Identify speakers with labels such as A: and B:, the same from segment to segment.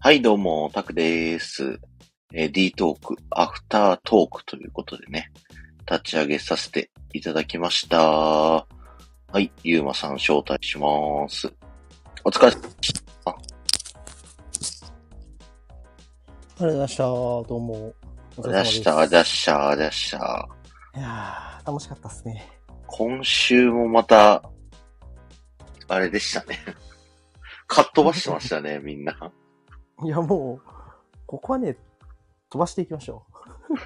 A: はい、どうも、タクです。えー D トーク、アフタートークということでね、立ち上げさせていただきました。はい、ゆうまさん招待します。お疲れ様
B: ありがとうございました。どうも。お疲れ様
A: で
B: です
A: した、でした、でした。
B: いやー、楽しかったっす ね。
A: 今週もまた、あれでしたね。かっ飛ばしてましたね、みんな。
B: いや、もう、ここはね、飛ばしていきまし ょう。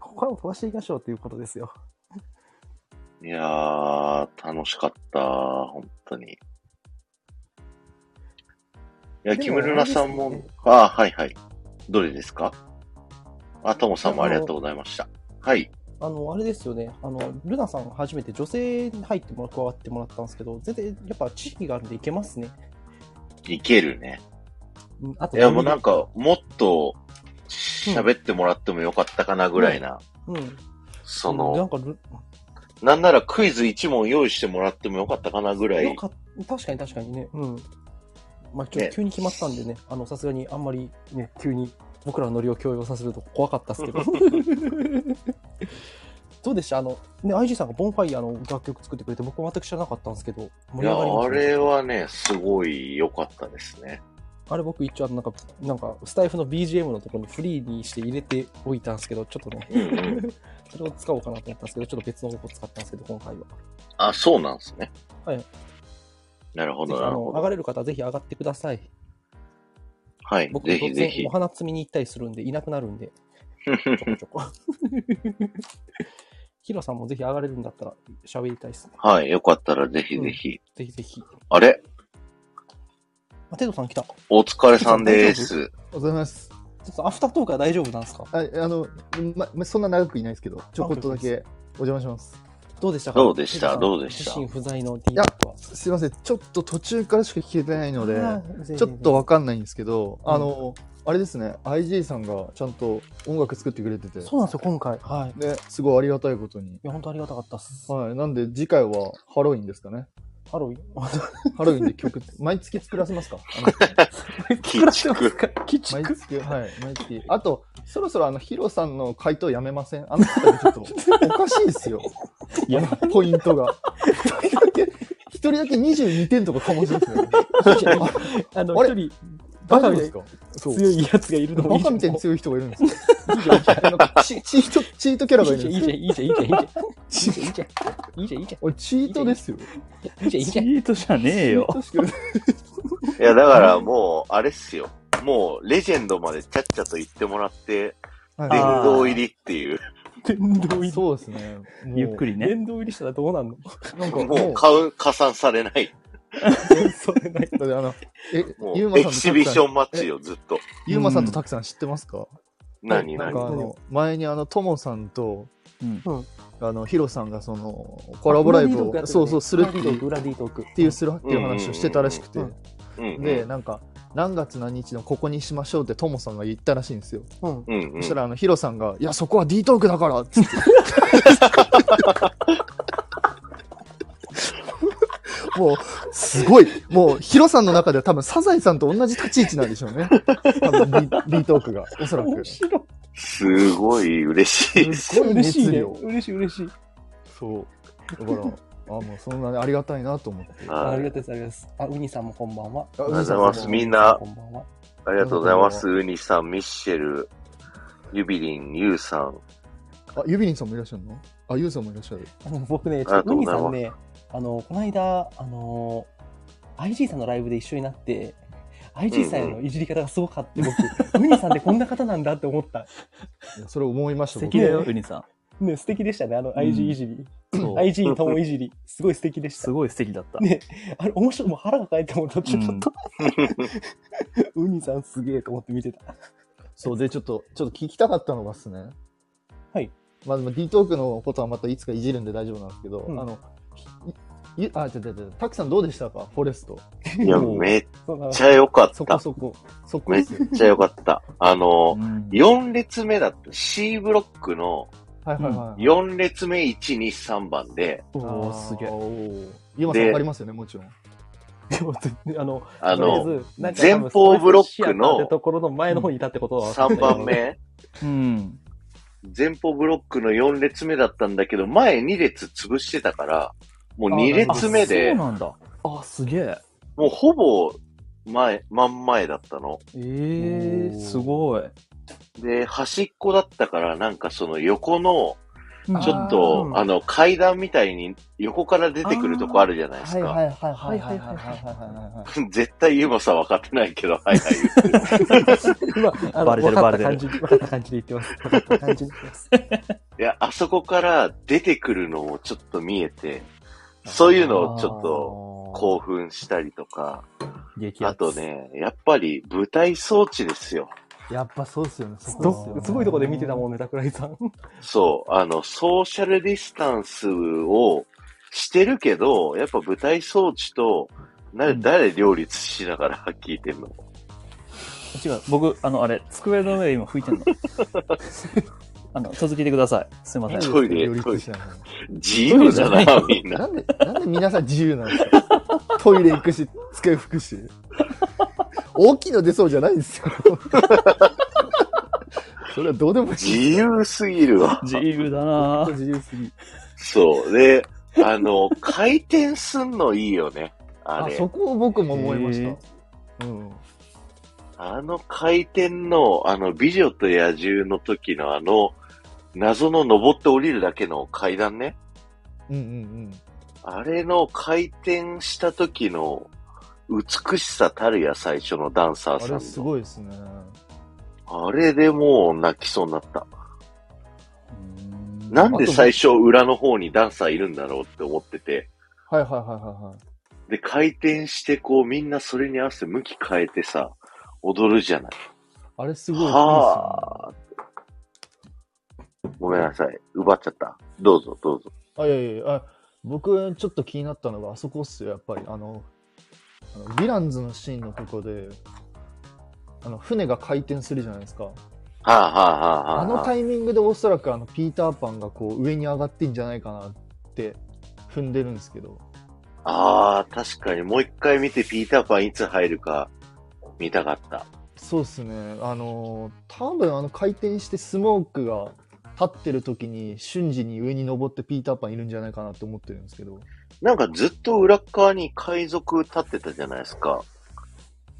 B: ここはもう飛ばしていきましょうということですよ。
A: いやー、楽しかった、本当に。いや、
B: でも
A: 木村さん
B: あれ
A: も
B: で、
A: あーはいはい。どれですかあ、ともさんもありがとうございました。はい。
B: あの、あれですよね。あの、ルナさん初めて女性に入ってもら加わってもらったんですけど、全然、やっぱ知識があるんでいけますね。
A: いけるね。
B: うんあと、
A: いや、もうなんか、もっと喋ってもらってもよかったかなぐらいな。
B: うん。
A: そ
B: なん
A: の、
B: かル、
A: なんならクイズ1問用意してもらってもよかったかなぐら
B: よ
A: い。
B: かっ確かに確かにね。うん。まあ、ちょ
A: ね
B: 急に決まったんでね、あの、さすがにあんまりね、急に僕らのノリを強要させると怖かったっすけ ど。 どうでしたあの、ね、IG さんがボンファイヤーの楽曲作ってくれて、僕は全く知らなかったんですけど、
A: い
B: 盛り
A: や、
B: 上がりま
A: あ
B: したね、
A: れはね、すごい良かったですね。
B: あれ僕一応あの、なんか、なんか、スタイフの BGM のところにフリーにして入れておいたんですけど、ちょっとね、
A: うんうん。
B: それを使おうかなと思ったんですけど、ちょっと別の方を使ったんですけど、今回は。
A: あ、そうなんですね。
B: はい。
A: なるほ
B: ぜ
A: ど、
B: ひ、
A: な
B: あ
A: る
B: の、
A: ほ
B: 上
A: ど。
B: がれる方はぜひ上がってください。
A: はい。
B: 僕、
A: ぜひぜ
B: 突然
A: ひ
B: お。花摘みに行ったりするんで、いなくなる んで。ちょこちょ こ。ヒロさんもぜひ上がれるんだったら喋りたいですね。
A: はい。よかったらぜひぜひ。
B: ぜひぜひ。
A: あれ
B: あ、テドさん来た。ちょ
A: お疲れさんです。
C: おはようございます。
B: っとアフタートークは大丈夫なんですか
C: あ、あの、ま、まそんな長くいないですけど、ちょこっとだけお邪魔します。
B: どうでしたか
A: どうでした
B: テドさん
A: どうでした
B: 自身不在の D
C: や
B: マットは。
C: すいません、ちょっと途中からしか聞けてないので、
B: あー
C: ちょっとわ
B: わ
C: かんないんですけど、
B: うん
C: あの、あれですね、IG さんがちゃんと音楽作ってくれてて、
B: そうなんですよ、今回。はい。い
C: で、すごいありがたいことに。
B: や、本当ありがたかったっす。
C: はい、なんで次回はハロウィンですかね。
B: ハロウィン。
C: ハロウィンで曲、 毎月作らせますかあ の
A: 鬼畜
B: か 鬼
C: 毎
B: 畜
C: 月、はい、毎月。あと、そろそろあの、ヒロさんの回答やめませんあの人ちょっと、おかしいですよ。
B: いや、
C: ポイントが。一人だけ、一人だけ22点とかかもしれないですよね。
B: あの、
C: あ
B: 一
C: れ
B: 人、バ
C: バ
B: カ
C: カ
B: み
C: み
B: たいに
C: たいですかそう。
B: 強いやつがいるのもい
C: バ
B: い
C: カみたいに強い人がいるんですよ。なんかチチート、チートキャラがいるん
B: い
C: で
B: い
C: す
B: じ
C: よ。
B: ゃん、いいじゃん、いいじゃん、いいじゃん。いいじゃん、いいじゃん、い いじゃん。
C: 俺、チートですよ。
B: いいじゃん、いい
D: チ
B: じゃん。
D: ートじゃね えよ。
A: いや、だからもう、あれっすよ。もう、レジェンドまでちゃっちゃと言ってもらって、殿
C: は
D: あ
A: 堂入りっていう。
B: 殿堂入
C: い。
B: り。
C: そうですね。もう
D: ゆっくりね。
B: 殿堂入りしたらどうなんの
C: なんか、
A: も
C: も
A: う、
C: う、
A: 買う、加算されない。
B: それない。
C: だってあの、え、
A: も
C: ゆう
A: う、
C: ま
A: エ
C: さん
A: キ
C: と
A: シビ
C: たく
A: シ
C: さ
A: ョ
C: ん、
A: ンマッチよ、ずっと。
C: ゆうまさんとたくさん知ってますか
A: 何
C: なん
A: 何
C: かあの、前にあの、ともさんと、
D: うん
C: あの、ヒロさんがその、コラボライブを、そうそう、するって
B: 裏 D ト
C: い
B: ーク、
C: う、っ
B: 裏 D トーク。って
C: ていう、するっていう話をしてたらしくて
B: うんうんうんうんうん。
A: うん。
C: で、なんか、何月何日のここにしましょうってともさんが言ったらしいんですよ。
B: うん。
A: うんうん
C: そしたら、あの、ヒロさんが、いや、そこは D トークだからっつって。 もう、すごい。もう、ヒロさんの中では多分、サザエさんと同じ立ち位置なんでしょうね。多分 D, D トークが、おそらく。
B: 面白い。
A: すごい嬉しいです。
C: すごい
B: 嬉しい
C: 熱
B: ね。
C: 量。
B: 嬉しい、嬉しい。
C: そう。だから、あ、もうそんなにありがたいなと思って。
B: ああり
A: はい
B: がとうございます。あ、ウニさんもこんばんは。
C: あ
A: り
C: り
A: がとうございますみんな
B: こんばんは。
A: ありがとうございます。ウニさん、ミッシェル、ユビリン、ユウさん。
C: あ、ユビリンさんもいらっしゃるのあ、ユウさんもいらっしゃる。
B: あの、僕ね、ち
A: ありがと
B: ょっ
A: う
B: とウ
A: ご
B: ニ
A: ざい
B: さ
A: ます
B: んね、あの、この間、あの、IG さんのライブで一緒になって、IG さんへのいじり方がすごかって、僕、ウニさんってこんな方なんだって思った。
C: いやそれ思いました、
D: 素
C: 僕
D: 敵だよ、ウニさ
B: ね、素敵でしたね、あの
D: ん
B: IG いじり。
D: ん。そう。
B: IG ともいじり。すごい素敵でした
D: す。ごい素敵だった。
B: ねあれ、面白い。もう腹がかいても途中ちょっと、ウニさんすげえと思って見てた。
C: そうで、ちょっと、ちょっと聞きたかったのがですね。
B: はい。
C: まあ、でも D トークのことはまたいつかいじるんで大丈夫なんですけど、
B: うん
C: あの、ひいあ、違う違う違う、タクさんどうでしたかフォレスト。
A: いや、
C: もう
A: めっ
B: そうだな
A: ちゃ良かっ
C: そこ
A: た。
C: そこ、そこ
A: め
C: で
A: っ
C: すよ。
A: ちゃ良かった。あの、
D: うん
A: 4列目だった。C ブロックの
C: はいはいはい。
A: 4列目1、2、3番で、
D: おーすげえ。
C: おー。ゆうまさん
A: で
C: わかりますよね、もちろん。
B: でも全然あの、
A: あ
B: と
A: の、
B: りあえずなんか
A: 前方ブロックの
B: 多分スパイスシアターってところの前の方にいたってことは分かん
A: 3
B: ないけど
A: 番。目、
D: うん。
A: 前方ブロックの4列目だったんだけど、前2列潰してたから、もう2列目で
D: あ、そうなんだ。あ、すげえ。
A: もうほぼ前、真ん前だったの。
D: ええ、すごい。
A: で、端っこだったから、なんかその横の、
D: うん
A: ちょっと、
B: うん
A: あの、階段みたいに横から出てくるとこあるじゃないです
B: はい
A: か。
B: はいはいはい
D: い
B: は
D: はいい
B: は
D: はいい
B: は
A: 絶対ユーマさん分かってないけど、はいはい言ってる。
B: い。今、あの、
D: バレてる
B: 分かった
D: バレ
B: 感
D: て
B: じで、分かった感じで言ってます。分かった感じで言ってます。
A: いや、あそこから出てくるのもちょっと見えて、そういうのをちょっと
B: と
A: 興奮したりとか、
D: 激アツ
A: あと。ね、やっぱり舞台装置ですよ。
C: やっぱそうですよね。そ
D: こですよね
B: すごいとこで見てたもんね、桜井さん。
A: そう、あの、ソーシャルディスタンスをしてるけど、やっぱ舞台装置と、な
D: うん
A: 誰両立しながら聞いてんの
D: 違う、僕、あの、あれ、机の上今拭いてんの。あの、続けてください。すいません。
A: トイレ
C: 両立しない
A: 自由だな、みんな。
C: なんで、なんで皆さん自由なんですかトイレ行くし、机拭くし。大きいの出そうじゃないんです よ。それはどうでもいい。
A: 自由すぎるわ。
D: 自由だなぁ
C: 自由すぎ。
A: そう。で、あの、回転すんのいいよね。あ
C: あ
A: れ。
C: そこを僕も思いまし
D: へー
C: た。うん。
A: あの回転の、あの、美女と野獣の時のあの、謎の登って降りるだけの階段ね。
C: うんうん
A: あれの回転した時の美しさたるや最初のダンサ
C: うん。
A: ーさ
C: あ
A: んの。
C: れすごいですね。
A: あれでもう泣きそうになった。
D: うん
A: なんで最初裏の方にダンサーいるんだろうって思ってて。
C: はいはいはいはいはい。
A: で、回転してこうみんなそれに合わせて向き変えてさ、踊るじゃない。
C: あれすごいいいですよ
A: はあ。ごめんなさい。奪っちゃった。どうぞどうぞ。
C: ね。あ、いやいやいやあ僕ちょっと気になったのがあそこっすよ、やっぱり。あの、あのヴィランズのシーンのとこで、あの、船が回転するじゃないですか。
A: はあはあはあはあ。
C: あのタイミングでおそらくあのピーターパンがこう上に上がってんじゃないかなって踏んでるんですけど、
A: ああ、確かにもう一回見てピーターパンいつ入るか見たかった。
C: そうですね、あのー多分あの回転してスモークが立ってる時に瞬時に上に登ってピーターパンいるんじゃないかなって思ってるんですけど、
A: なんかずっと裏っ側に海賊立ってたじゃないですか。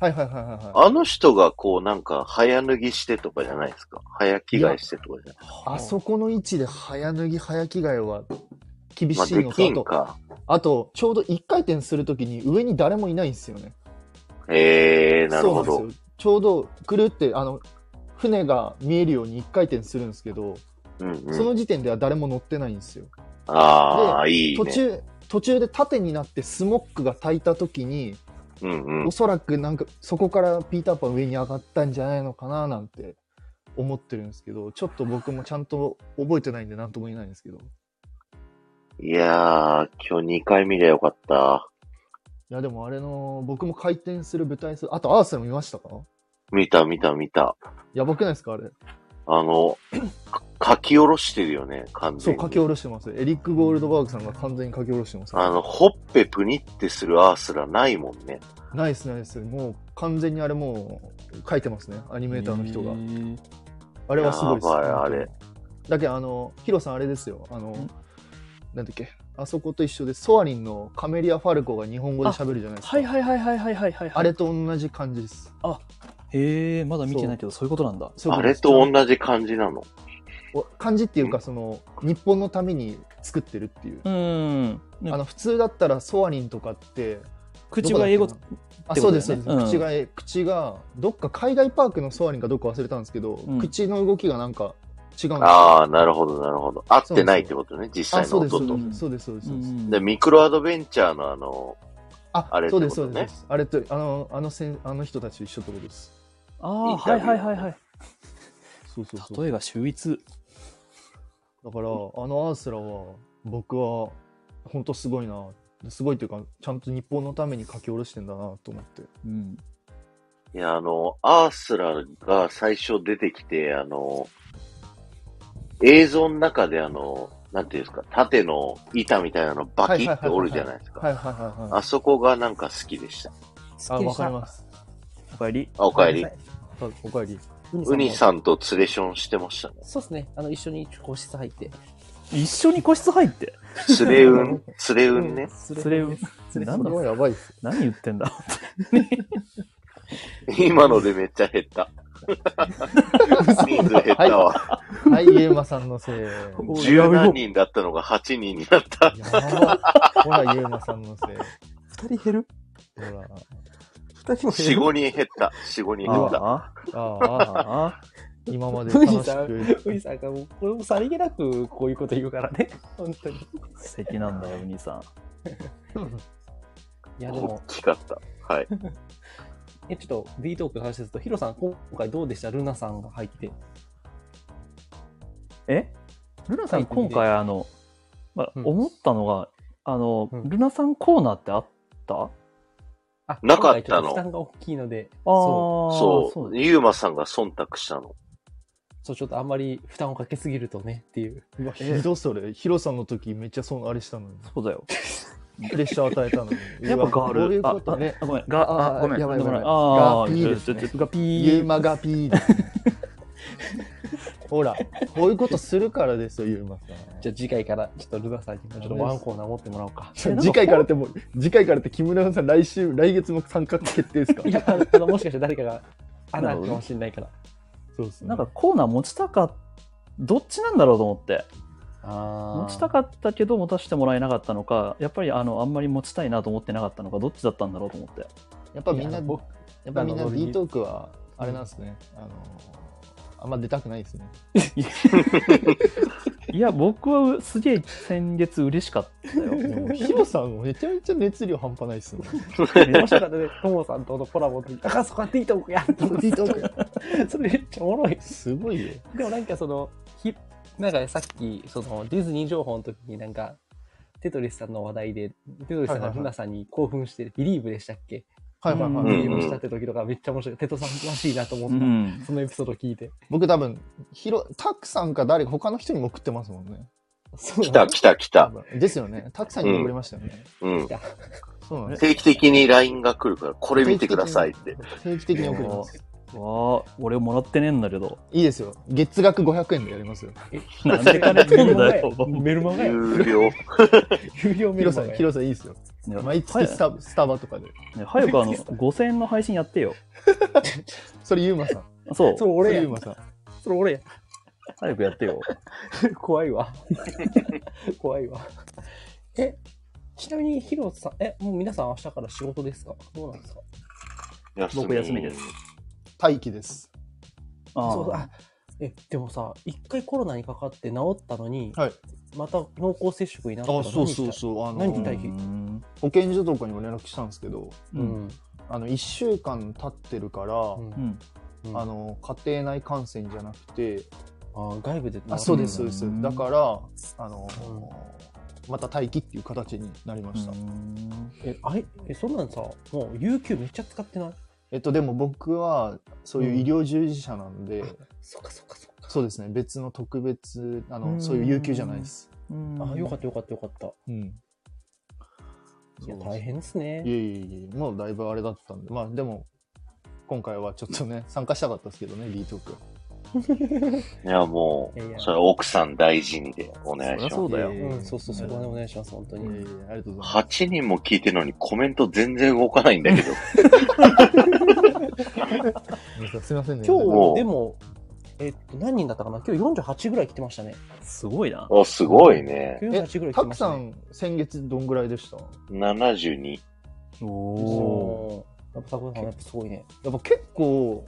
C: はいはいはいはい、はい。
A: あの人がこうなんか早脱ぎしてとかじゃないですか。早着替えしてとかじゃない。
C: あそこの位置で早脱ぎ早着替えは厳
A: まあ
C: しい
A: で
C: のと、
A: き
C: あ
A: ん
C: と、
A: か。
C: あとちょうど1回転する時に上に誰もいないんですよね。
A: ええー、なるほ
C: そうな
A: ど。
C: んですよちょうどくるってあの船が見えるように1回転するんですけど、
A: うん
C: そうの
A: ん。
C: 時点では誰も乗ってないんですよ。
A: ああ、いい
C: 途
A: ね。
C: 中、途中で縦になってスモックが焚いた時に、
A: うんうん
C: お。そらくなんかそこからピーターパン上に上がったんじゃないのかななんて思ってるんですけど、ちょっと僕もちゃんと覚えてないんで何とも言えないんですけど。い
A: いやー、今日2回見りゃよかった。
C: や、でもあれの、僕も回転する舞台数、あとアースラ見ましたか
A: 見た見た見た。
C: やばくないですかあれ。
A: あの、か書き下ろしてるよね、完
C: そ
A: 全
C: う、
A: に。
C: 書き下ろしてます。エリック・ゴールドバーグさんが完全に書き下ろしてます。
A: あの、ほっぺぷにってするアースらないもんね。
C: ないですないです。もう完全にあれもう書いてますね。アニメーターの人が。
D: へー
C: あれはすごいです。
A: やばい
C: 本当に
A: あれ。
C: だけど、あの、ヒロさんあれですよ。あの
D: ん、
C: なんだっけ。あそこと一緒で、ソアリンのカメリア・ファルコが日本語で喋るじゃないですか。
D: はいはいはいはいはいはいはい。
C: あれと同じ感じです。
D: へえ、まだ見てないけど、そういうことなんだ。
C: そういう
A: あ
C: ことで
A: れ
C: す
A: と同じ感じなの。
C: お感じっていうか、その、日本のために作ってるっていう。
D: うん。
C: あの、普通だったらソアリンとかって、
D: 口が英語
C: どこだっけな
D: っ
C: あ
D: て
C: そ
D: こと
C: う
D: だ
C: で
D: よ
C: す
D: ね
C: そうです、
D: うん
C: 口が口がどっか海外パークのソアリンかどっか忘れたんですけど、
D: うん
C: 口の動きがなんか違うんですよ
A: ああ、なるほど、なるほど。合ってないってことね、実
C: あ
A: 際の
C: そうです
A: 音
C: そ
A: と
C: う。ですそうですそうですそうです、
A: で、ミクロアドベンチャーのあの、
C: あ
A: あれって
C: そ
A: こ
C: う
A: と
C: で
A: ね
C: すそうですそうですあれとあのあのせんあの人たちと一緒ってことです
D: ああ、はいはいはいはい。
C: そうそうそう
D: 例えば秀逸。
C: だからあのアースラは僕は本当すごいなすごいというかちゃんと日本のために書き下ろしてんだなと思って
D: うん。
A: いや、あの、アースラが最初出てきて、あの、映像の中であの、なんていうんですか、縦の板みたいなのバキって折るじゃないですか。
C: はいはいはいは
A: あそこがなんか好きでした。
C: い。あ、わかります。
D: おかえり。
A: あ、おかえり。
C: おおかえり。
A: ウニ
B: んも。
A: さんとツレションしてま したね。
B: そうですね。あの、一緒に個室入って。
D: 一緒に個室入って。
A: ツレウ ン、ツレウンね。
B: そ
D: それを、
B: れ
D: なん
C: こ
D: だ
C: れはやばいっす。
D: 何言ってんだ。
A: 今のでめっちゃ減った。人数減ったわ。
C: はい、ゆうまさんのせい。
A: 十、何人だったのが8人にな った。
C: やば。ほら、ゆうまさんのせい。
B: 二人減る
C: ほら。
B: 二人も減
A: 4、
B: る
A: 5人減った。4、5人減った。
D: あ
C: ああ、
D: ああ
C: 今まで
B: ウ
C: 楽
B: ニ
C: し
B: さん
C: く。
B: ウニさんがもう、これもさりげなくこういうこと言うからね。 本当に。い
D: あ、素敵なんだよ、ウニさん。
B: や、で
A: 大
B: も、
A: きかった。はい。
B: え、ちょっと D トークの話ですと、ヒロさん、今回どうでしたルナさんが入って。
D: えルナさん、
B: 入ってみ
D: 今
B: て
D: 回、あの、まあ
B: うん
D: 思ったのが、あの、
B: うん
D: ルナさんコーナーってあったあ
B: あ
A: なかったの
B: 今回ちょと負担が大きいので、
D: あ
B: そ
D: ー、
A: そう
D: ね
A: ゆうまさんが忖度したの。
B: う、そう、ちょっとあんまり負担をかけすぎるとねっていう。
C: うわ、ひどそれ。ヒロさんの時めっちゃそのあれしたのに。
D: そうだよ。
C: プレッシャー与えたのに。
D: やっぱガール。
C: こういうことね。
D: ああ、ごめん。ガ
C: あ
D: あ、ごめん。
C: やばいやばい
D: とんで
C: やばいガ
D: もなあ
C: ピーですね
D: ちょっとガピ
C: ゆう
D: ー。
C: まがピーですね。ほら、こういうことするからですよ、ゆうま
B: じゃあ次回から、ちょっとルナさんにもちょっとワンコーナー持ってもらおうか。
C: さん。次回からってもう、次回からって木村さん来週、来月も参加決定ですか
B: いや、あのもしかして誰かが穴開
D: な
B: く
D: るほどね
B: かもしれないから。
C: そうですね。
D: なんかコーナー持ちたかった。どっちなんだろうと思って
B: あ
D: 持ちたかったけど持たせてもらえなかったのかやっぱりあのあんまり持ちたいなと思ってなかったのかどっちだったんだろうと思って
C: やっぱみんな、
B: いや
C: や
B: 僕
C: っぱみん
B: あ
C: な
B: の
C: D トークは、あれなんですね。あのー、あんま出たくないですね。
D: いや僕はすげえ先月嬉しかったよ
C: でもヒロさんめちゃめちゃ熱量半端ないっすね。
B: 面白かったね。トモさんとのコラボの時、あ、そこは D トークやと思って
C: D トー
B: それめっちゃおもろい。
C: すごいよ。
B: でもなんかその、ひなんかさっき、そのディズニー情報の時になんか、テトリスさんの話題で、テトリスさん
C: は
B: が
C: いはいはい
B: ルナさんに興奮して、ビリーブでしたっけ
C: はいはいはい。
A: う
B: ビ
A: ん
B: リーブしたって時とかめっちゃ面白い。テトさんらしいなと思
D: う
B: っ
D: ん
B: た。そのエピソード聞いて。
C: 僕多分、ヒロ、タクさんか誰か他の人にも送ってますもんね。
B: そう
A: 来た来た来
C: 多
A: た。
C: 分ですよね。タクさんにも送りましたよね。
A: うん。
B: た。
C: そうなんですよ。
A: 定期的に LINE が来るから、これ見てくださいって。。
C: 定期的に送ります。
D: わあ俺もらってねえんだけど
C: いいですよ。月額500円でやりますよ。
D: なんで金取んだよ
B: メルマガや。
A: 有料。
B: 有料メル
C: ヒロ
B: マ
C: さ
B: ガ
C: ん、
B: や
C: ヒ。ロさんいいですよ。
D: ね
C: 毎月スタスタバとかで。
D: ね早くあの5000円の配信やってよ
C: それユーマさん。
D: そう
B: それ
C: そ
B: 俺
C: れ
B: や
C: ユー。マさん。
B: それ俺や。
D: 早くやってよ
B: 怖いわ。 怖いわ。え、ちなみにヒロさん、え、もう皆さん明日から仕事ですかどうなんですか
D: 僕休みです。
C: 待機です。
D: あ
B: そう
D: あ
B: あえ、でもさ、一回コロナにかかって治ったのに、
C: はい。
B: また濃厚接触にな
C: あ、
B: ったら
C: そうそうそう。あの
B: 何
D: う
B: 期待
C: ー、
B: 期
D: ん
C: 保健所とかにも連絡したんですけど、
D: う
B: うんん。
C: あの、1週間経ってるから、
B: うん
D: うん
B: うん
C: あの、家庭内感染じゃなくて、
B: あ外部で治った
C: あそうですそううんですだからあのーまた待機っていう形になりました、
D: うん
B: え、あいえ、そんなんさ、もう有給めっちゃ使ってない
C: えっとでも僕はそういう医療従事者なんで、
B: そっかそっかそっか。
C: そうですね別の特別あの、
D: うん
C: そういう有給じゃないです、
D: うん
B: あ、よかったよかったよかった。
C: うん、
B: いや、
C: そう
B: 大変ですね
C: い。えいえいえもうだいぶあれだったんでまあでも今回はちょっとね参加したかったですけどね D トーク
A: いや、もう
B: いやい、や
A: それは奥さん大事にでお願いし
D: そりゃそ
A: ま
D: う
A: す。
D: だよ
C: いえいえ
B: うん、そうそう、そこまでお願いします、本当
C: いえいえ
B: に。
C: ありがとうございます
A: 8人も聞いてるのにコメント全然動かないんだけど。
C: すいません ね
B: 今
A: も
B: 日、
A: う
B: でも、えっと、何人だったかな今日48ぐらい来てましたね。
D: すごいな
A: お、すごいね。
B: 今日48ぐらい来
C: た
B: て
C: く
B: まし
C: さ
B: たね。
C: ん先月どんぐらいでした
A: 72。
D: おお
B: おーやっぱ、たくさん、やっぱすごいね。
C: やっぱ結構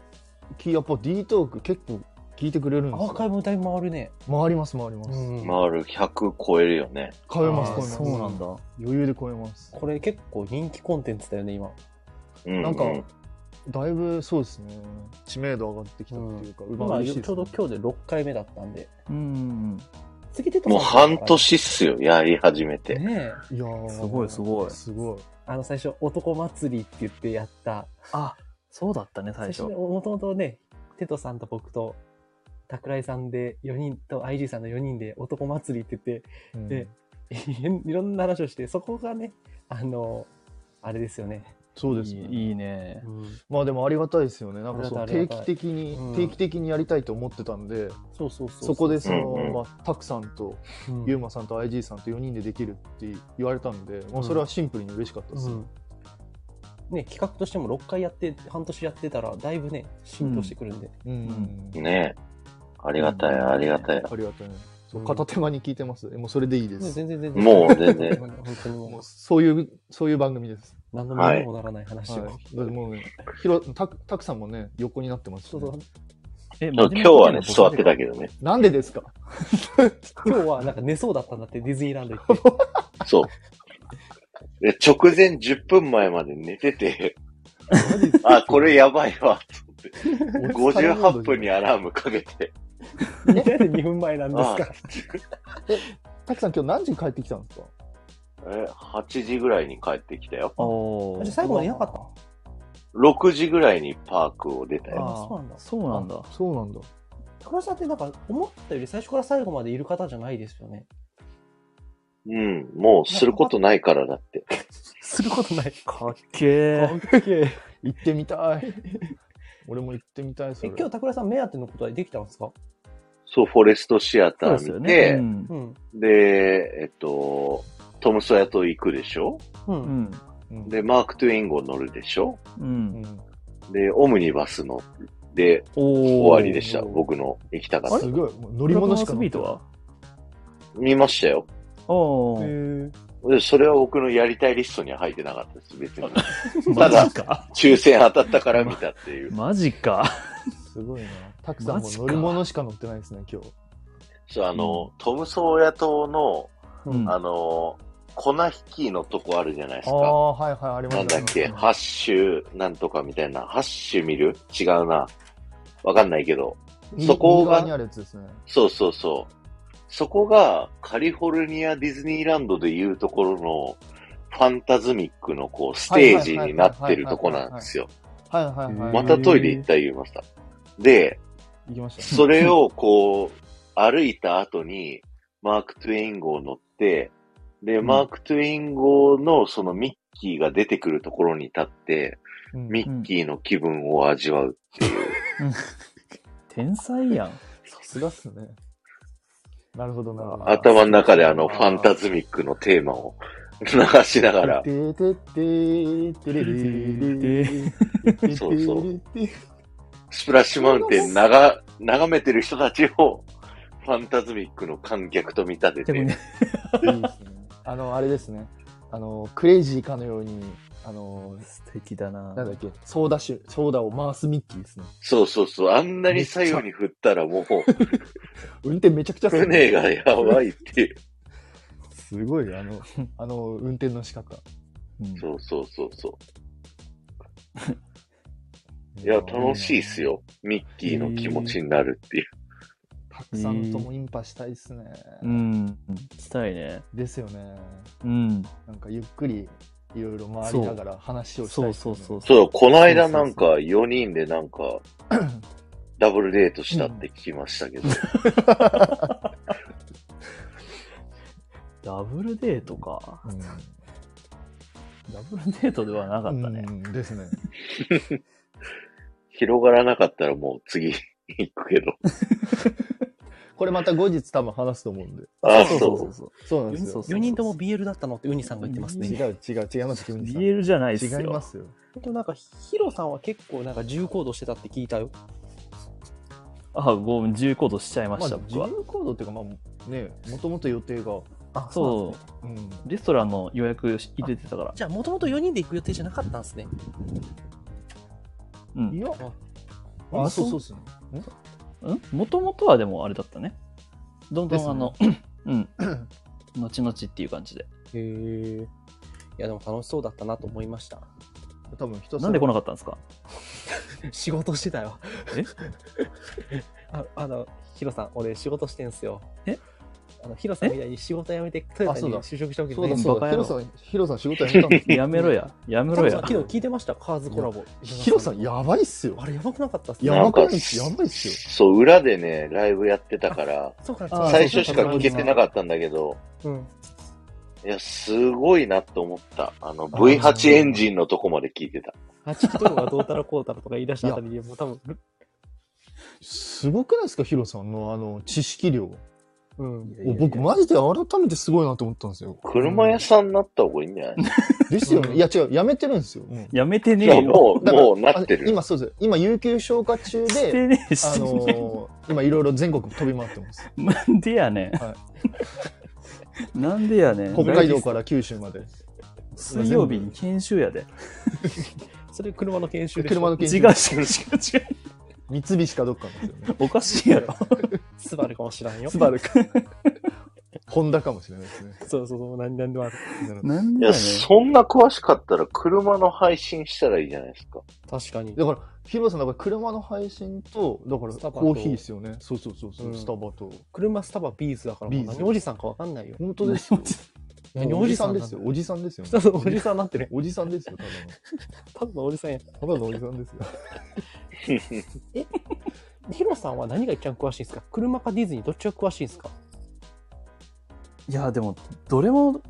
C: きやっぱ D トーク結構聞いてくれるんです
B: アー
C: よ
B: カイブだいぶ回るね。
C: 回ります回ります、
A: 回る100超えるよね。
C: 超えます
D: あ
C: 超え
D: ー
C: ます
D: そうなんだ
C: 余裕で超えます
B: これ結構人気コンテンツだよね、今。
A: うん。
C: なんか
A: うん
C: だいぶそうですね知名度上がってきたっていうか、うま
B: 今、
C: 嬉しい
B: ち
C: です
B: ょうど今日で6回目だったんで。
D: うん
B: 次出た
A: もう半年っすよ、やり始めて。
B: ねえ。
C: いやー
D: すごいすごい
C: すごい
B: あの、最初、男祭りって言ってやった。
D: あそうだったね最
B: 最初
D: 初
B: ね、もともとね、テトさんと僕と、桜井さんで4人と IG さんの4人で男祭りって言って、
C: うん
B: で いろんな話をして、そこがね、あの、あれですよね。
C: そうです
D: い
C: ね
D: いいいね。
C: まあでもありがたいですよねなんかそ
B: あ
C: う
B: り
C: 定
B: がたい
C: 期的に、
B: うん
C: 定期的にやりたいと思ってたんで
B: そうそうそう。
C: そこでその、
A: うんうん
C: まあ、タクさんと
B: うん、
C: ユーマさんと IG さんと4人でできるって言われたんで、まあ、それはシンプルに嬉しかったです、
B: うんね、企画としても6回やって、半年やってたら、だいぶね、浸透してくるんで。
C: うん
A: ねえ。ありがたい、ありがたい。
C: ありがたいねそううん片手間に聞いてますえもうそれでいいで
B: ね
C: す、
B: 全然全然。
A: もう全然
B: 本当に
C: も
B: も
C: うそういうそういう番組です、
B: う、何のものにもならない話を。
C: はい、だってもうねひろたたくさんもね横になってますし
B: そ
C: ね、
B: うそう
D: え、
A: 今日はね、座ってたけどね。
C: なんで ですか
B: 今日はなんか寝そうだったんだって、ディズニーランド行って。
A: そう。で、直前10分前まで寝てて、あ、これやばい わ。58分にアラームかけて、
B: みんなで2分前なんですか。
C: たくさん今日何時に帰ってきたんですか
A: え、8時ぐらいに帰ってきたよ。
D: お
B: あ
D: ー
B: じゃあ最後までいなかったの
A: 6時ぐらいにパークを出たよ。
B: あそうなんだ
D: そうなんだ。
C: そうなんだ
B: 高田さんってなんか、思ったより最初から最後までいる方じゃないですよね。
A: うん、もうすることないからだって。
B: することない。
D: かっけえ。
C: 行ってみたい俺も行ってみたいそ
B: え
C: れ
B: 今日、桜井さん目当てのことはできたんですか
A: そう、フォレストシアター
D: そうですよ
A: 見
D: ね。う
A: て、
D: ん
B: う。ん。
A: で、えっと、トム・ソヤと行くでしょ
B: う。
D: うんん。
C: うん
A: で、マーク・トゥイン号乗るでしょ
D: う。
C: うんん
A: で、オムニバス乗って
D: お
A: 終わりでした。
C: おー
A: 僕の行きたかった。
C: すごいもう乗
D: 乗
C: り
D: り
C: 物
D: 物
C: し
D: し
C: か
D: か
C: 乗っ
D: ビ
C: て
D: ートは
A: 見ましたよ。
D: おー
B: へ
A: でそれは僕のやりたいリストには入ってなかったです、別に。ただ
D: マジか。
A: 抽選当たったから見たって いう。
D: マジか。
C: すごいなたくさん
D: マ
C: も
D: ジか
C: 乗り物しか乗ってないですね今日
A: そう、あの、トム・ソーヤ島の、
D: うん
A: あの、粉引きのとこあるじゃないです
C: あ
A: か。
C: あはいはいありま
A: な
C: し
A: ん
C: た
A: だっけ、
C: ありま
A: ハッシュなんとかみたいな、ハッシュ見る違うな。わかんないけど。
C: した
A: そこが
C: 右側にあるやつですね
A: そうそうそう。そこがカリフォルニアディズニーランドでいうところのファンタズミックのこうステージになってるとこなんですよ。
C: はいはいはい
A: またトイレ行った言いました。で、
C: 行きました
A: それをこう、歩いた後に、マーク・トゥイン号乗って、で、マーク・トゥイン号のそのミッキーが出てくるところに立って、
C: うん
A: ミッキーの気分を味わう。
D: 天才やん。
C: さすがっすねなるほどなるほど
A: 頭の中であのファンタズミックのテーマを流しながら、
C: ててててれれれれ
A: そうそう
C: ててて
A: スプラッシュマウンテン長、眺めてる人たちを、ファンタズミックの観客と見立て
D: でも
A: て
D: ね、
C: いいですねあのあれですねあのクレイジーかのようにあの
D: 素敵だな。
C: なんだっけソーダ酒ソーダを回すミッキーですね
A: そうそうそう、あんなに左右に振ったら もう、
C: 運転めちゃくちゃする
A: 船がやばいっていう。
C: すごいあのあの運転の仕方
D: うん
A: そうそうそうそう。いや、楽しいっすよ。ミッキーの気持ちになるっていう。
C: たくさんともインパしたいですね、
D: うん。したいね。
C: ですよね
D: うん。
C: なんかゆっくりいろいろ回りながら話をしたい
D: そ
C: っ
D: う
C: すよ
D: そう
C: ね
D: そう。
A: そう、この間なんか4人でなんか、ダブルデートしたって聞きましたけど。
D: ダブルデートか。
C: うん
D: ダブルデートではなかったね
C: う。んですね
A: 広がらなかったらもう次 行くけど。
C: これまた後日多分話すと思うんで
A: あ、
D: そ
A: そ
D: うそううそうそう。
C: そうなんですよ
B: 4人とも BL だったのってウニさんが言ってますね。
C: 違う違う違いますキムニさん
D: BL じゃないっすよ。
C: 違いますよ
B: 本当なんかヒロさんは結構なんか重行動してたって聞いたよ。
D: あ、ごめん、自由行動しちゃいま
C: まあ
D: した、
C: 自
D: 僕は。
C: 由行動っていうかまあねもともと予定が
B: あ
D: そ
B: なん
D: う
B: ですね
C: うん
D: レストランの予約し入れてたから。
B: じゃあもともと4人で行く予定じゃなかったんですね。
D: う
C: い
D: ん。
C: や
B: あ
C: あそうそうっすね
D: もともとはでもあれだったね。どんど
C: ですね
D: んあ の、うん。後々っていう感じで。
B: へえ。いやでも楽しそうだったなと思いま した。
C: 多分一つ
D: なんで来なかったんですか
B: 仕事してたよ。
D: え
B: ああの、ヒロさん、俺仕事してんすよ。
D: え
B: あのヒロさんみたいに仕事辞めてトヨタに
C: あそうだ
B: 就職したわけじゃ
C: そ
B: な
C: う
B: い
C: だ
B: です
C: そうだ。ヒロ
D: バカ野郎
C: さん、ヒロさん仕事辞めたんですね
D: やめろや。やめ
B: タ
D: ろ
B: モさん
D: や。
B: 昨日聞いてましたカーズコラボ。
C: ヒロさん、やばいっすよ。
B: あれやばくなかったっす
C: や
B: ね。
C: ばくない
A: なんか
C: やばいっすよ。
A: そう、裏でね、ライブやってたから、
B: そうか、
C: あー
A: 最初しか聞けてなか
B: っ
A: ったんだけど、
B: た。うん。
A: いや、すごいなって思った。あの、V8 エンジンのとこまで聞いてた。
B: あっちとかがどうたらこうたらとか言い出したあたりで、もう多分、
C: すごくないですか、ヒロさんのあの、知識量。
B: うん。
D: いやいや
C: 僕、マジで改めてすごいなと思ったんですよ。
A: 車屋さんになった方がいいんじゃない、
C: ですよ
B: う
C: ね。
B: ん
C: いや、違う、やめてるんですよ。うん
D: やめてね
A: いや
D: えよ。
A: もう、
C: だから
A: もうなって
C: あ
A: る。
C: 今、そうです。今、有給消化中
D: し
C: で、
D: てねえし。
C: あのー、今、いろいろ全国飛び回ってます。
D: なんでやねん。
C: は
D: なんでやねん。
C: 北海道から九州まで。
D: 水曜日に研修やで。
B: それ車の研修でしょ
C: 車の研
D: 違う違
C: 修
D: う違う違う。
C: 三菱かどっかなんですよね。
D: おかしいやろ。
B: スバルかもしらんよ。
D: スバルか。
C: ホンダかもしれないですね。
B: そうそうそう、何何でもある。
C: なるほど
D: なん
A: い
D: でや
A: や、
D: ね
A: そんな詳しかったら車の配信したらいいじゃないですか。
B: 確かに。
C: だから、ヒロさん、だから車の配信と、だから
B: スタバと
C: コーヒーですよね。そうそうそうそう、
B: うん
C: スタバと。
B: 車スタバビーズだから、もう
C: ビーズ
B: 何おじさんかわかんないよ。
C: 本当ですよ。
B: 何おじさん
C: ですよ。おじさんですよ。
B: さん。おじさんになってる。
C: おじさんですよ、た
B: た
C: だ
B: だのおじさんや。
C: の。ただのおじさんですよ。
B: ヒロさんは何が一番詳しいんですか車かディズニーどっちが詳しいんですか
D: いや、でも、どれも、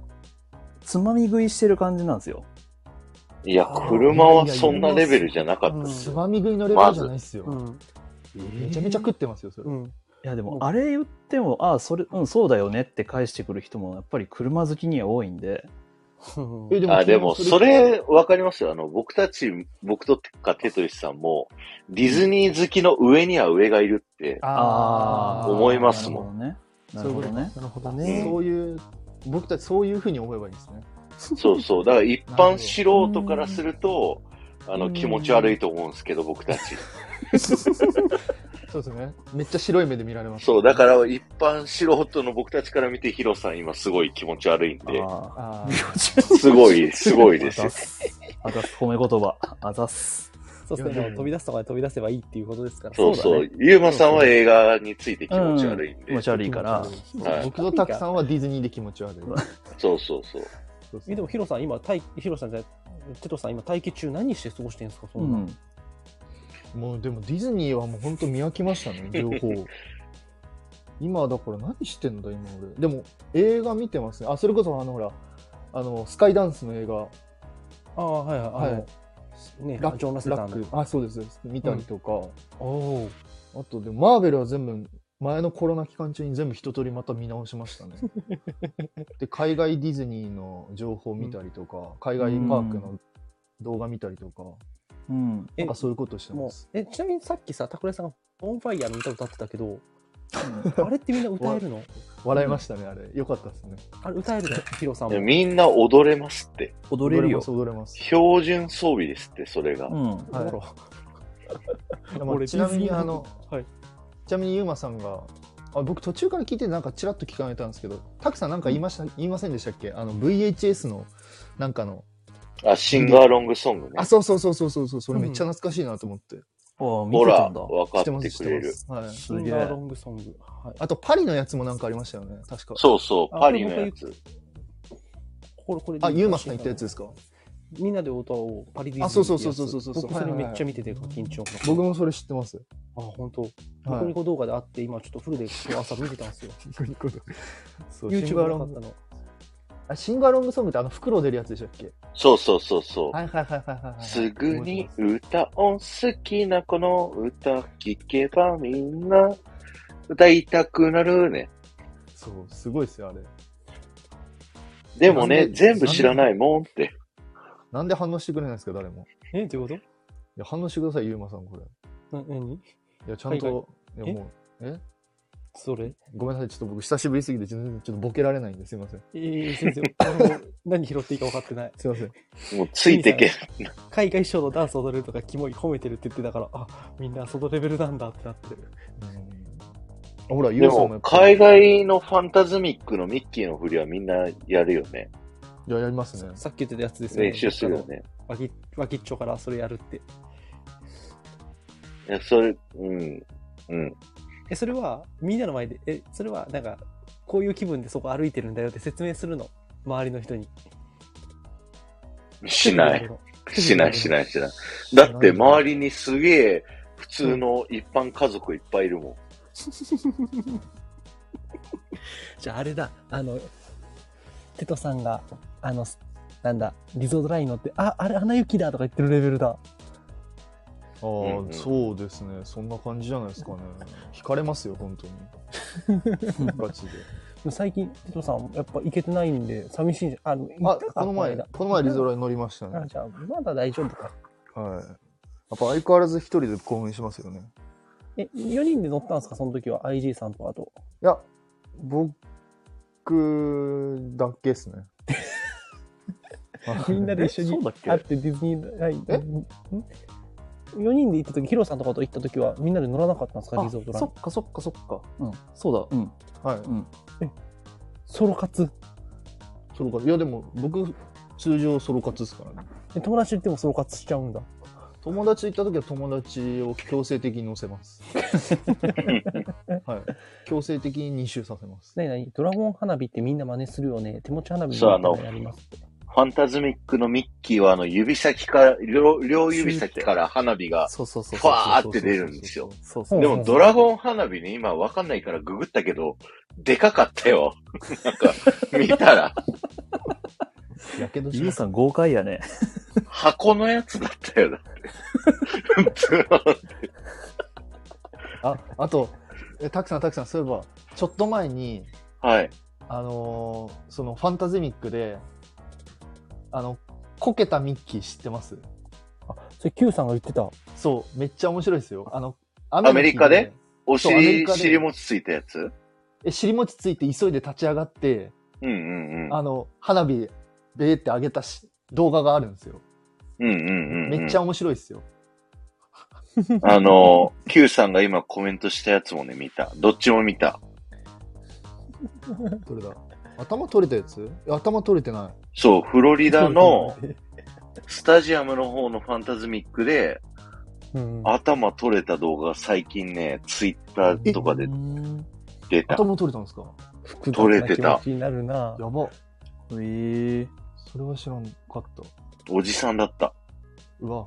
D: つまみ食いしてる感じなんですよ。
A: いや
B: あ、ー
A: 車はそんなレベルじゃなかったです
C: つ
A: よ。
C: まみ食いのレベルじゃないですよ。
B: ん。
C: めちゃめちゃ食ってますよ、それ。
B: うん。
D: いや、で
B: も
D: も
B: う、
D: あれ言っても、ああ、それ、うん、そうだよねって返してくる人も、やっぱり車好きには多いんで。
B: え
C: で
A: あ、でも、そ
C: 昨日
A: れ、わかりますよ。あの、僕たち、僕とかテトリスさんも、ディズニー好きの上には上がいるって、
D: ああ、
A: ー思いますも
D: ん。ね。なるほどね。
B: なるほど
A: うん
B: ね。
C: そういう、僕たちそういうふうに思えばいいんですね。
A: そうそう。だから一
C: なるほ
A: 般
C: ど
A: 素人からすると、あ
D: う
A: の、
D: ん
A: 気持ち悪いと思うんですけど、僕たち。
C: そうですね。めっちゃ白い目で見られます。
A: そう、だから一般素人の僕たちから見て、ヒロさん今すごい気持ち悪いんで、
D: あ
C: あ
D: あ。
C: ー
A: すごい、すごい
D: あ
A: です
D: ざっ
A: よ。
D: す。 あざっす。褒め言葉。あざっす。
B: そうですね。でも飛び出すとかで飛び出せばいいっていうことですから。
A: そう
D: そう
A: そ
D: だ
A: う。ゆうまさんは映画について気持ち悪いん
D: 気
A: で
D: 持、ち悪いから。
A: はい
C: 僕とたくさんはディズニーで気持ち悪い。
A: そうそうそう。
C: そうそ
B: え
C: う
B: でもヒロさん今待ヒロさんじゃないテトさん今待機中何して過ごしてんですかそ
D: うん
B: な、
D: ん。
C: もうでもディズニーはもう本当見飽きましたね、情報。今だから何してんだ、今俺。でも映画見てますね。あ、それこそあのほら、あの、スカイダンスの映画、
B: ああはいはいあの、
C: はい
B: ね
C: ラ
B: ジョン・ラセタ
C: ラ
B: ー
C: ック
B: の。
C: あ、そうですそうです。見たりとか。
B: おお
C: あとで、マーベルは全部、前のコロナ期間中に全部一通りまた見直しましたね。で、海外ディズニーの情報見たりとか、海外パークの動画見たりとか、
D: うん。
B: え
C: なんかそういうことして
B: もう
C: ます。
B: えちなみにさっきさ拓郎さんがボンファイヤーの歌歌ってたけど あれってみんな歌えるの
C: 笑いましたね、あれ。よかったですね。
B: あれ歌える のヒロさん
A: いや
B: も
A: みんな踊れますって。
D: 踊れるよ。
C: 踊れます、
A: 標準装備ですって、それが。
D: うん。
C: 踊れます。
B: ほ
C: は
B: ら
C: いでもちなみに、あの、
B: はい
C: ちなみにユーマさんが、あ僕途中から聞いてなんかちらっと聞かれたんですけど、たくさんなんか言いました、言いませんでしたっけあの VHS のなんかの、
A: あ、シンガーロングソングね
C: あ、。そうそうそうそうそうそう、それめっちゃ懐かしいなと思って。
D: おー見
A: ほ
D: て
A: ら、
D: たんだ。
A: 分
C: 知っ
A: か
C: て
A: っ
C: ま
A: て
C: す、知
A: く
C: っ
A: れ
C: てま
A: る。
C: す。はい。
B: シ
D: す
B: ン
D: げ
B: ガー
D: え
B: ロ。ングソングはい
C: あとパリのやつもなんかありましたよね、確か。
A: そうそう、
B: あ
A: パリのやつ。
B: これこれ
C: あ、ユーマさん言ったやつですか
B: みんなで歌おうパリディズニー
C: あそうそうそうそうそうそう
B: 僕それめっちゃ見てて緊張感
C: 僕もそれ知ってます。
B: あ本当ニコニコ動画であって今ちょっとフルで今日朝見てたんですよ
C: そうシン
B: YouTube が
C: ガーロ
B: か
C: ン
B: っ
C: グ
B: たの
C: あシンガーロングソングってあの袋出るやつでしたっけ
A: そうそうそうそ
C: いはいはいはいは
A: う。すぐに歌を好きなこの歌聴けばみんな歌いたくなるね。
C: そうすごいですよあれ
A: でもね、
C: なんで
A: 全部知らないもんって。
C: なんで反応してくれないんですか誰も
B: えどういうこ
C: いや反応してくださいユーマさんこれ
B: とな何
C: いやちゃんと、
B: はい
C: いやもうえ
B: それ
C: ごめんなさいちょっと僕久しぶりすぎて全然ちょっとボケられないんですいません
B: えー、先生俺も 何拾っていいか分かってない
C: すいません
A: もうついてけ。
B: 海外賞のダンス踊れるとかキモい褒めてるって言ってたからあみんなそのレベルなんだってなってる
C: あほらユー
A: で
C: マさんもや
A: も
C: っ、ぱり
A: 海外のファンタズミックのミッキーの振りはみんなやるよね。
C: いややりますね
B: さっき言ってたやつですよね
A: 練習するよね。
B: あの脇脇っちょからそれやるって
A: いや、それ、うん、うん。
B: え、それは、みんなの前で、え、それは、なんか、こういう気分でそこ歩いてるんだよって説明するの。周りの人に。
A: し ない。。しない、しない、しない。だ
C: ない
A: って周りにすげえ普通の一般家族いっぱいいるもん。
B: じゃああれだ、あの、テトさんが、あの、すなんだ、リゾートライン乗って、あ、あれ、アナ雪だとか言ってるレベルだ。
C: ああ、
A: うんうん
C: そうですね。そんな感じじゃないですかね。惹かれますよ、本当に。 ガチで。
B: でも最近、テトさん、やっぱ行けてないんで、寂しいじゃん。あの、行
C: あ
B: った、か
C: この前、
B: 間
C: この前リゾラに乗りましたね。
B: あ、じゃあ、まだ大丈夫か。
C: はい。やっぱ相変わらず一人で興奮しますよね。
B: え、4人で乗ったんですか、その時は。IG さんとあと。
C: いや、僕だけです ね。
B: みんなで一緒
A: えそう
B: に
A: だっけ
B: 会ってディズニーライン。
C: え
B: ん ?4 人で行った時、ヒロさんとかと行った時は、みんなで乗らなかったんですか、リ
C: あ
B: ゾートライ
C: そ
B: ン。
C: っかそっかそっか。
D: うん、そうだ、うん、
C: はい。
D: うん。
B: ソロ活。
C: ソロ活。いや、でも僕、通常ソロ活ですからね。
B: え友達と行ってもソロ活しちゃうんだ。
C: 友達と行った時は友達を強制的に乗せます。はい。強制的に2周させます。
B: 何何ドラゴン花火ってみんな真似するよね。手持ち花火み
A: そう
B: た
A: あ
B: いな
A: の
B: のやりますって。
A: ファンタズミックのミッキーはあの指先から、両両指先から花火が、
D: そうそうそう。
A: ファーって出るんですよ。
D: そうそう。
A: でもドラゴン花火ね、今わかんないからググったけど、でかかったよ。なんか、見た ら、
C: やけどし
D: ゆ
C: ま
D: う
C: す。
D: さん豪快やね。
A: 箱のやつだったよ、だって。
C: あ、あと、えたくさんたくさん、そういえば、ちょっと前に、
A: はい。
C: あのーそのファンタゼミックで、あの、こけたミッキー知ってます
B: それ Q さんが言ってた。
C: そう、めっちゃ面白いですよ。あの、ア
A: メリカでお
C: そうアメリ
A: 尻、
C: カで
A: 尻餅ついたやつ
C: え、尻餅ついて急いで立ち上がって、
A: うんうんうん。
C: あの、花火、べーって上げたし動画があるんですよ。
A: うんうんうんうん。
C: めっちゃ面白いですよ。
A: あの、Q さんが今コメントしたやつもね、見た。どっちも見た。
C: どれだ頭取れたやつえ頭取れてない。
A: そう、フロリダのスタジアムの方のファンタズミックで、
B: うん。
A: 頭取れた動画が最近ね、ツイッターとかで
B: うん
A: 出た。
C: 頭取れたんですか
B: 複雑
A: 取れ
B: な
A: て
B: 気
A: た
B: 持ちになるな。
C: やば。
D: えー、
C: それは知らんかった。
A: おじさんだった。
C: うわ。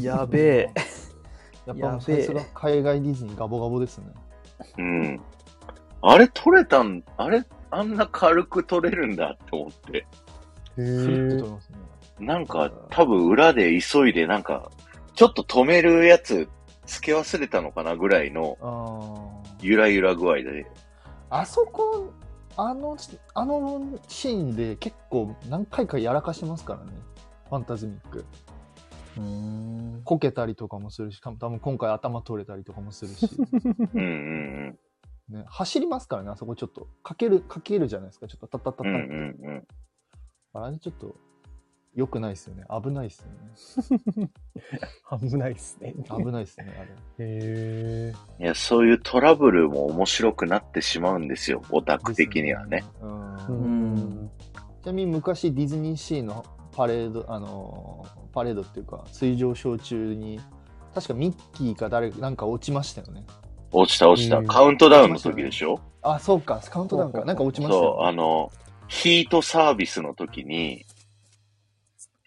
D: やべえ。
C: やっぱも
D: や
C: う
D: べえ
C: さすが海外ディズニーガボガボですね。
A: うん。あれ取れたん、あれ、あんな軽く取れるんだって思って。
B: へ
C: スルッて取
B: ー
C: れますね。
A: なんか、多分裏で急いで、なんか、ちょっと止めるやつ、付け忘れたのかなぐらいの、
C: あー
A: ゆらゆら具合で。
C: あそこ、あの、あのシーンで結構何回かやらかしてますからね。ファンタズミック。
D: うーん。
C: こけたりとかもするし、多分今回頭取れたりとかもするし、
A: うんうん
C: ね、走りますからね、あそこちょっと。かける、かけるじゃないですか、ちょっとタッタッタ
A: うん。う
C: ッ
A: んう
C: タッ、
A: んうん。
C: あれちょっと、良くないですよね。危ないですよね。
B: 危ないですね。
C: 危ないですね、あれ。
B: へー
A: いや、そういうトラブルも面白くなってしまうんですよ、オタク的にはね。
C: ですよね。
B: う
C: うん
B: ん。
C: ちなみに昔ディズニーシーのパレード、あのーパレードっていうか、水上ショー中に、確かミッキーか誰か、なんか落ちましたよね。
A: 落ちた落ちた。
B: うん
A: カウントダウンの時でしょ
C: あ、そうか、カウントダウンか。なんか落ちました
A: そう、あ
C: よ、ね。
A: の、ヒートサービスの時に、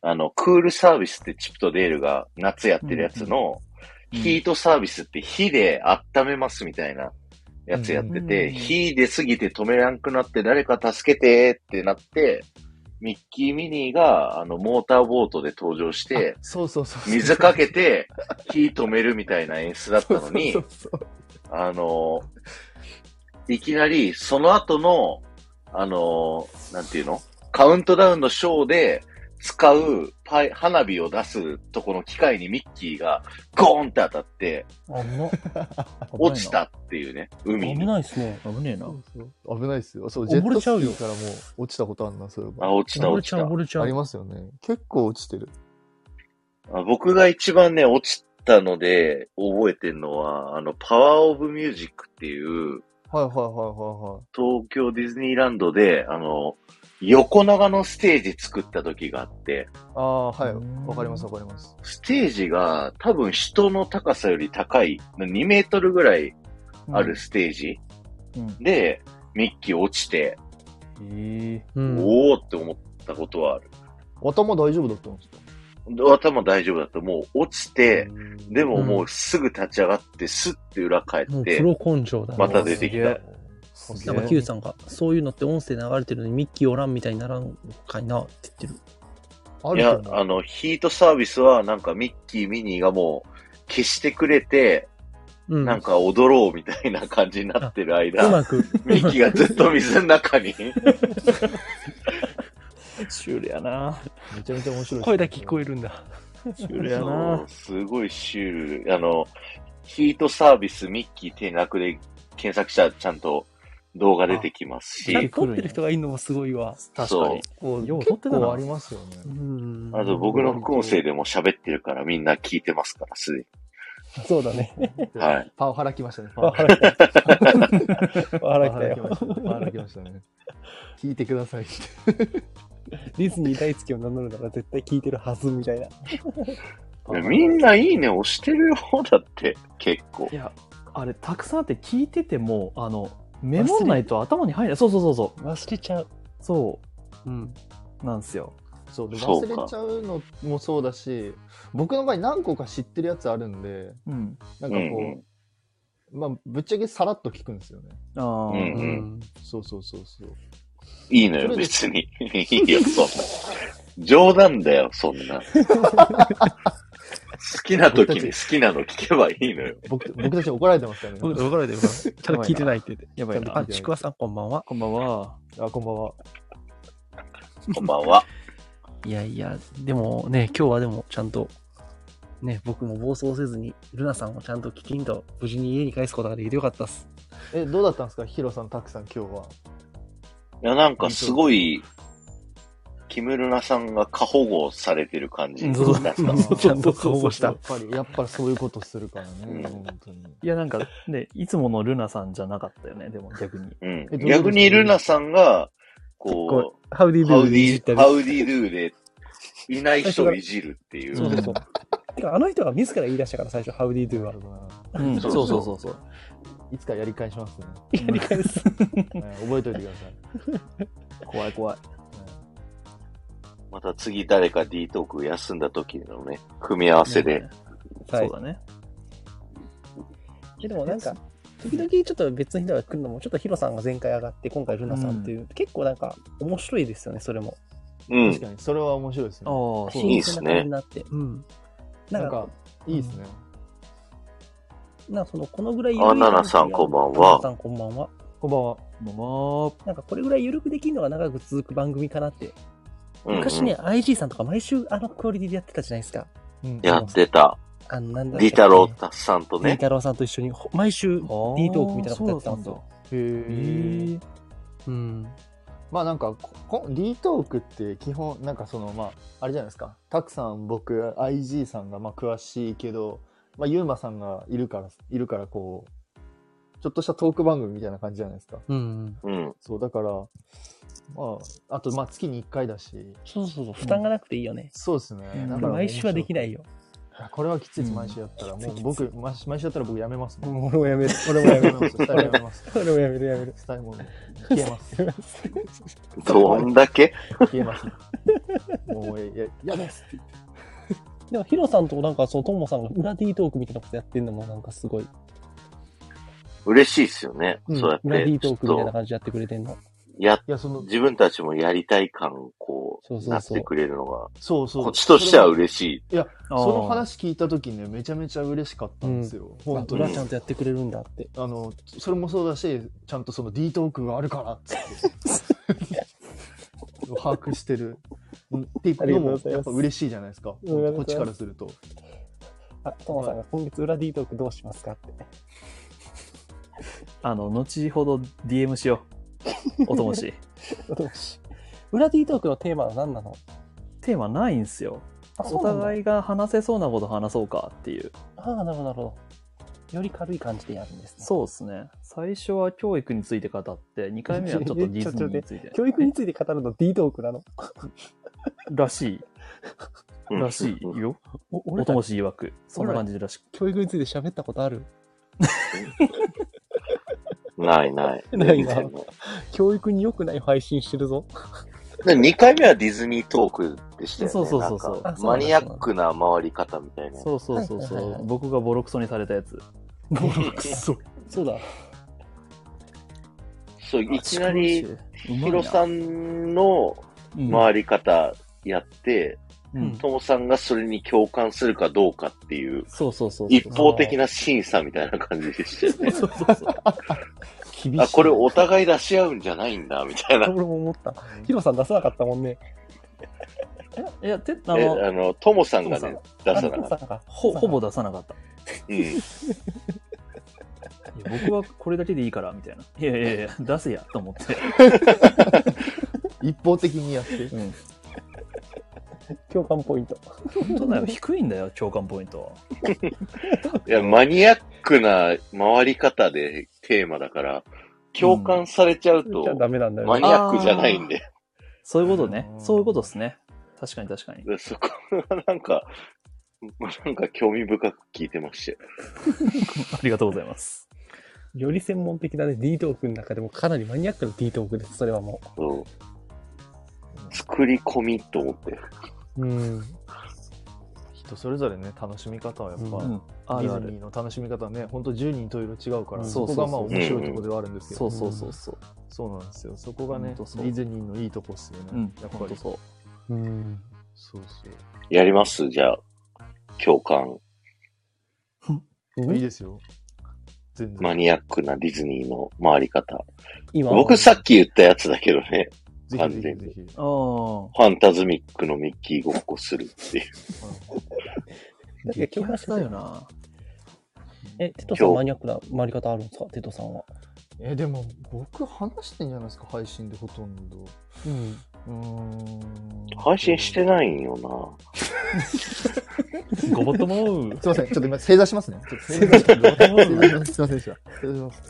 A: あの、クールサービスってチプとデールが夏やってるやつの、
D: うんうん
A: ヒートサービスって火で温めますみたいなやつやってて、
D: うん
A: 火で過ぎて止めらんくなって誰か助けてってなって、ミッキー・ミニーがあのモーターボートで登場して、
C: そうそうそうそう。
A: 水かけて火止めるみたいな演出だったのに
C: そう、そうそう
A: あのーいきなりその後の、あのーなんていうのカウントダウンのショーで使うパイ花火を出すとこの機械にミッキーがゴーンって当たって
D: あんな。
A: 落ちたっていうね、海
B: 危
A: に。
B: ないですね。
D: 危ねえな
C: そ。うそう危ないですよ。そう、ジェ
B: 溺
C: ッ
B: れ
C: ト
B: ちゃう
C: ス
B: よ
C: キーからもう落ちたことあんな、それ
A: あ、
C: は。
A: 落ちた
D: 溺れ
A: 落ち
D: ちゃう、
A: た
D: 溺。れちゃ
C: あり
D: う。
C: ますよね。結構落ちてる。
A: あ僕が一番ね、落ちたので覚えてるのは、あの、パワーオブミュージックっていう、
C: はいはいはいはいはい。
A: 東京ディズニーランドで、あの、横長のステージ作った時があって、
C: ああ、はい。
D: うん
C: わかります、わかります。
A: ステージが多分人の高さより高い、2メートルぐらいあるステージ
D: うん。
A: で、ミッキー落ちて、
D: え
C: うん。
A: おーって思ったことはある。
C: 頭大丈夫だったんですか
A: 頭大丈夫だった。もう落ちて、でももうすぐ立ち上がって、スッて裏返
E: も
A: っ
E: う
A: て、
E: プロ根性だな。
A: また出てきた。
D: すげえ。す
E: なん
D: げ
E: か
D: え
E: Q さんが、そういうのって音声流れてるのにミッキーおらんみたいにならんかいなって言ってる。
C: あ
A: い
C: る
A: や
C: と、思
A: あ
C: う
A: の、ヒートサービスはなんかミッキー、ミニーがもう消してくれて、
E: うん。
A: なんか踊ろうみたいな感じになってる
E: う
A: 間、
E: まく。
A: ミッキーがずっと水の中に。
D: シュールやな。
C: めちゃめちゃ面白い。
E: 声だけ聞こ
C: え
E: えるんだ。
D: シュールやな。
A: そうすごいシュール。あの、ヒートサービスミッキー転落で検索したらちゃんと動画出てきます
E: ちゃん
A: し、
E: と撮ってる人がいるのもすごいわ。
A: そう
D: 確かに。
E: こう
D: よう撮
C: 結
D: ってたな
C: 構ありますよね
E: う。ん。
A: あと僕の副音声でも喋ってるからみんな聞いてますから、すで
B: そうだね。
A: に。はい。
C: パワハラきましたね。 パ
B: わ
C: ワハ
B: からん笑った
C: ラ来ま
B: よ。
C: したね。パワハラ来ましたね。聞いてくださいって。
B: ディズニー大好きを名乗るなら絶対聞いてるはずみたいな。
A: みんないいね押してる方だって、結構
D: い。や、あれ、たくさんあって聞いてても、あの、メモんないと頭に入らない。そうそうそうそう。
B: 忘れちゃう。
D: そ
E: うん。
D: うなんですよ。
C: そうで
A: そ
C: 忘
A: うか
C: れちゃうのもそうだし僕の場合何個か知ってるやつあるんで
D: うん。
C: なん
A: う
C: かこう、
A: ん
C: まあぶっちゃけさらっと聞くんですよね
D: ああ、
E: う。
A: うんうん
C: そうそうそうそう
A: いいのよ、別に。 いいよ、そんな。冗談だよ、そんな。好きな時に好きなの聞けばいいのよ。
C: 僕僕たち怒られてますからね
E: 僕、分かられてるから。ちゃんと聞いてないって言って。
D: やばいな
E: あ、。ちくわさんこんばんは。
D: こんばんは。
C: あこんばんは
A: こんばんは。
E: いやいや、でもね、今日はでもちゃんと、ね、僕も暴走せずに、ルナさんをちゃんときちんと無事に家に帰すことができてよかったっす。
C: えどうだったんですかヒロさんタクさん今日はい
A: や、なんかすごい、キムルナさんが過保護されてる感じ
D: うん
A: だ
D: そう
A: った。
E: うんちゃんと保護し
C: や
E: た
C: っ。ぱりやっぱりそういうことするからね
A: うん
C: 本当に
D: いや、なんか、ね、いつものルナさんじゃなかったよね、でも逆に。
A: うん
C: えどういうことですか
A: 逆にルナさんが、こ
E: ハウディ
A: う、
E: ド
A: ハ
E: ゥー
A: ウデ
E: でいじっ
A: ィ、
E: たり
A: ハ。ウディドゥで、いない人をいじるっていう。
B: そうそうそう。てか、あの人が自ら言い出したから最初、ハウディドゥは
C: なる。ほどな
D: うん、
A: そ
D: そう
A: そ
D: うそううそうそう。
C: いつかやり返しますね、
D: やり返す。
C: うん覚えておいてください
D: 怖い怖い。
A: また次誰か D トーク休んだ時のね、組み合わせで。
D: そ
B: はい。
D: うだね。
B: でもなんか、時々ちょっと別の人が来るのも、ちょっとヒロさんが前回上がって、今回ルナさんっていう、結構なんか面白いですよね、それも。
A: う
C: 確
A: ん。
C: かにそれは面白いです
D: ああ、
C: ね
D: そ
A: いいっ
D: う
A: すね
E: 新鮮な感じになって。うん。な
C: なんん
E: か、
C: かいいですね、
E: なんかその、このぐらい
A: あナナさんこんばんは
E: ナナさんこんばんは。
C: こんばんは
D: だ。も
E: なんかこれぐらい緩くできるのが長く続く番組かなって。
A: うんうん
E: 昔ね、IG さんとか毎週あのクオリティでやってたじゃないですか。
C: うん
A: やってた。
E: あの、なんだ
A: リタロータさんと
E: ね。
A: ね
E: り。たろうさんと一緒に、ほ毎週、
D: う、もう。
E: D トークみたいなことやってたんですよ
C: へえ
D: え
E: うん。
C: まあなんかここ D トークって基本なんかそのまああれじゃないですかたくさん僕 IG さんがまあ詳しいけど、まあ、ゆうまさんがいるからいるからこうちょっとしたトーク番組みたいな感じじゃないですか
E: うん。
A: うん。
C: そうだからまああとまあ月に1回だし
E: そうそうそう、負担がなくていいよね。
C: そうですね
D: うん
C: だ
E: こ
C: か
E: れ
C: ら
E: 毎週はできないよ。
C: いやこれはきついです
D: うん
C: 毎週やったら、もう僕毎週毎週やったら僕やめますもん
B: もう俺もやめる。俺も
C: 俺
B: や
C: も
B: め
C: や
B: る。
C: めますスタイ
B: 俺も
C: ルやめます
B: やめる、やめる。
C: スタイルもう消えます
A: どんだけ
C: 消えますもうややですって言って
B: でも、ヒロさんとなんか、そう、トモさんが裏 D トークみたいなことやってるのも、なんかすごい、
A: 嬉しいですよね。
B: うん
A: そうやっ
B: 裏
A: て
B: D、
A: ち
B: ト
A: ょ
B: ー
A: っ
B: クみたいな
A: と、
B: 感じでやってくれてんの。
A: やっ
C: いやその
A: 自分たちもやりたい感、こ
B: そうそう
A: う、
B: そう
A: なってくれるのが、
C: そうそう
A: こっちとしては
C: それも
A: 嬉しい。
D: そ
C: その。話聞いた時ねめちゃめちゃ嬉しかったんですよ、本当
B: 裏
C: に
B: ちゃんとやってくれるんだって。
C: あのそれもそうだしちゃんとその D トークがあるからっつ って把握してるうんっていうのもやっぱ嬉しいじゃないですか
B: りがとう
C: こ
B: ご
C: っ
B: ざいます
C: ちからすると
B: あ、トモさんが今月裏 D トークどうしますかって。
D: あの、後ほど DM しよう。おとも し。
B: どうし 裏 D トークのテーマは何なの
D: テーマないんすよ。
B: あ
D: お
B: い。
D: 互いが話せそうなこと話そうかっていう。
B: ああ、なるほど、なるほど。
E: より軽い感じでやるんですね。
D: そうですね。最初は教育について語って、2回目はちょっとディズニーについて。
E: 教育について語るの D トークなの
D: らしい。
A: うん
D: らしいよ。
E: お
D: お
E: 俺
D: と
E: た
D: も
E: ち
D: し曰く。そんな感じでらしく。
E: 教育について喋ったことある
A: ないない。
E: ないな
A: 全然い
E: 教育に良くない配信してる ぞ。
A: で2回目はディズニートークでしたよね。
D: そうそうそうそう
A: なんか
E: あそうな
A: マ
E: んだ
A: ニアックな回り方みたいな。
D: そうそうそう
E: はい
D: そ
E: はいは
D: う
E: い。
D: 僕がボロクソにされたやつ。
E: ボロクソ。
B: そうだ。
A: そう、いきなり、ヒロさ
D: ん
A: んの
D: あ
A: 回り方やって、
D: うん
A: ともさんがそれに共感するかどうかっていう、
D: そうそうそうそう。
A: 一方的な審査みたいな感じでしたよね。
D: そうそうそう。
E: 厳しい。
A: あ、これお互い出し合うんじゃないんだ、みたいな
E: 俺。も思った。ヒロさん出さなかったもんね。
D: いや、てあ
A: え
D: の、
A: あの、ともさんが
D: ト
A: ね
D: モ、
A: 出さなかった。
E: たか。
D: ほほぼ出さなかった。
A: うん。
D: いや僕はこれだけでいいから、みたいな。いやいやいや、出せや、と思って。
C: 一方的にやって。
D: うん。
E: 共感ポイント。
D: 本当だよ、低いんだよ、共感ポイントは。
A: いや、マニアックな回り方でテーマだから、共感されちゃう と
E: じゃあ、ダメなんだよ
A: マ
E: ね。
A: ニアックじゃないんで、
D: そういうことね
C: う。ん
D: そういうことですね。確かに確かに。
A: そこはなんか、なんか興味深く聞いてましたよ。
D: ありがとうございます。
E: より専門的なね、D トークの中でもかなりマニアックな D トークです。それはも
A: そう作り込みと思って。
E: う。うん。
C: 人それぞれね、楽しみ方はやっぱ、
E: うん
D: うん。あ
C: デ
D: るあ
C: ィズニ
D: る。
C: ーの楽しみ方はね、本当10人と色違うから、
E: うん
C: そこ
D: そうそう
C: が
D: そう
C: まあ面白いところではあるんですけど、
D: そうそうそうそう。
C: そうなんですよ。そこが
D: ほ
C: ね、
D: ん
C: デ
D: とそう
C: ィズニーのいいとこっすよね。
D: うん、
C: やっぱ
D: ほん
C: り
D: と。そう。
E: うん。
C: そうそ
A: やりますじゃあ、共感、
C: う。いいですよ。全
A: マ
C: 然。
A: ニアックなディズニーの回り方。
E: 今は、
A: 僕さっき言ったやつだけどね、
C: ぜひぜひぜひ。
D: ああ。
A: ファンタズミックのミッキーごっこするっていう。
E: いや
D: 激安だよな。
E: え、テトさんマニアックな回り方あるんですかテトさんは。
C: え、でも僕話してんじゃないですか、配信でほとんど。
E: うん。
C: うーん。
A: 配信して
C: い
A: ないんよ
D: ごぼっ ともう。
C: すいません、ちょっと今、正座しますね。ちょっと正座して正座します。すいませんでした。正座します。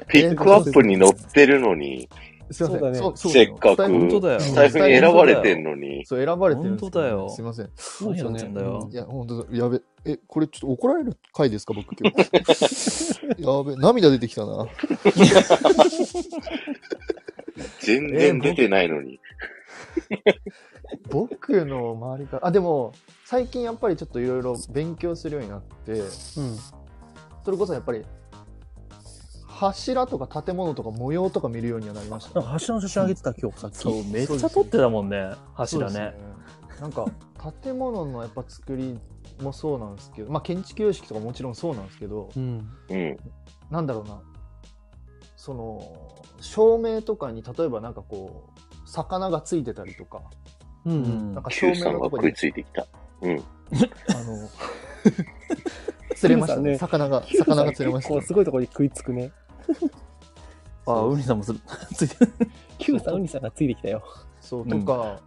A: な。ピックアップに乗ってるのに、
C: すい
E: そ
C: ま
E: うだ
C: せん。
E: ね
C: そうそう
A: せっかく、
C: スタイル
D: 本当だよ
A: スタイフに選ばれてんのに、
C: そう、選ばれてるんですけど
D: 本当だよ
C: すいません。
D: 何やってんだよ
C: い。や、本当だ。やべ。え、これちょっと怒られる回ですか、僕今日。 やべ、涙出てきたな。
A: 全然出てないのに。
C: 僕の周りから、あ、でも、最近やっぱりちょっといろいろ勉強するようになって、
E: うん。
C: それこそやっぱり、柱とか建物とか模様とか見るようにはなりました、
E: なんか柱の写真あげてた、今日、さっき。
D: そう、めっちゃ撮ってたもんね、柱
C: そう
D: ね
C: で。すねなんか、建物のやっぱ作りもそうなんですけど、まあ建築様式とかもちろんそうなんですけど、
E: うん。
A: うん。
C: なんだろうな、その、照明とかに例えばなんかこう、魚がついてたりとか、
E: う。
D: うんん
C: なん。か照
A: Q さ
C: 明
A: ん
C: の
A: が
C: とこ
A: 食
C: に
A: い、ついてきた。うん。
C: あの、 釣れましたね。魚が、魚が釣れました
E: こう、。すごいところに食いつくね。
D: あ、ウニさんもする。 ついてる。
E: Q さん、ウニさんがついてきたよ。
C: そう、
D: う
C: と
D: ん
C: か、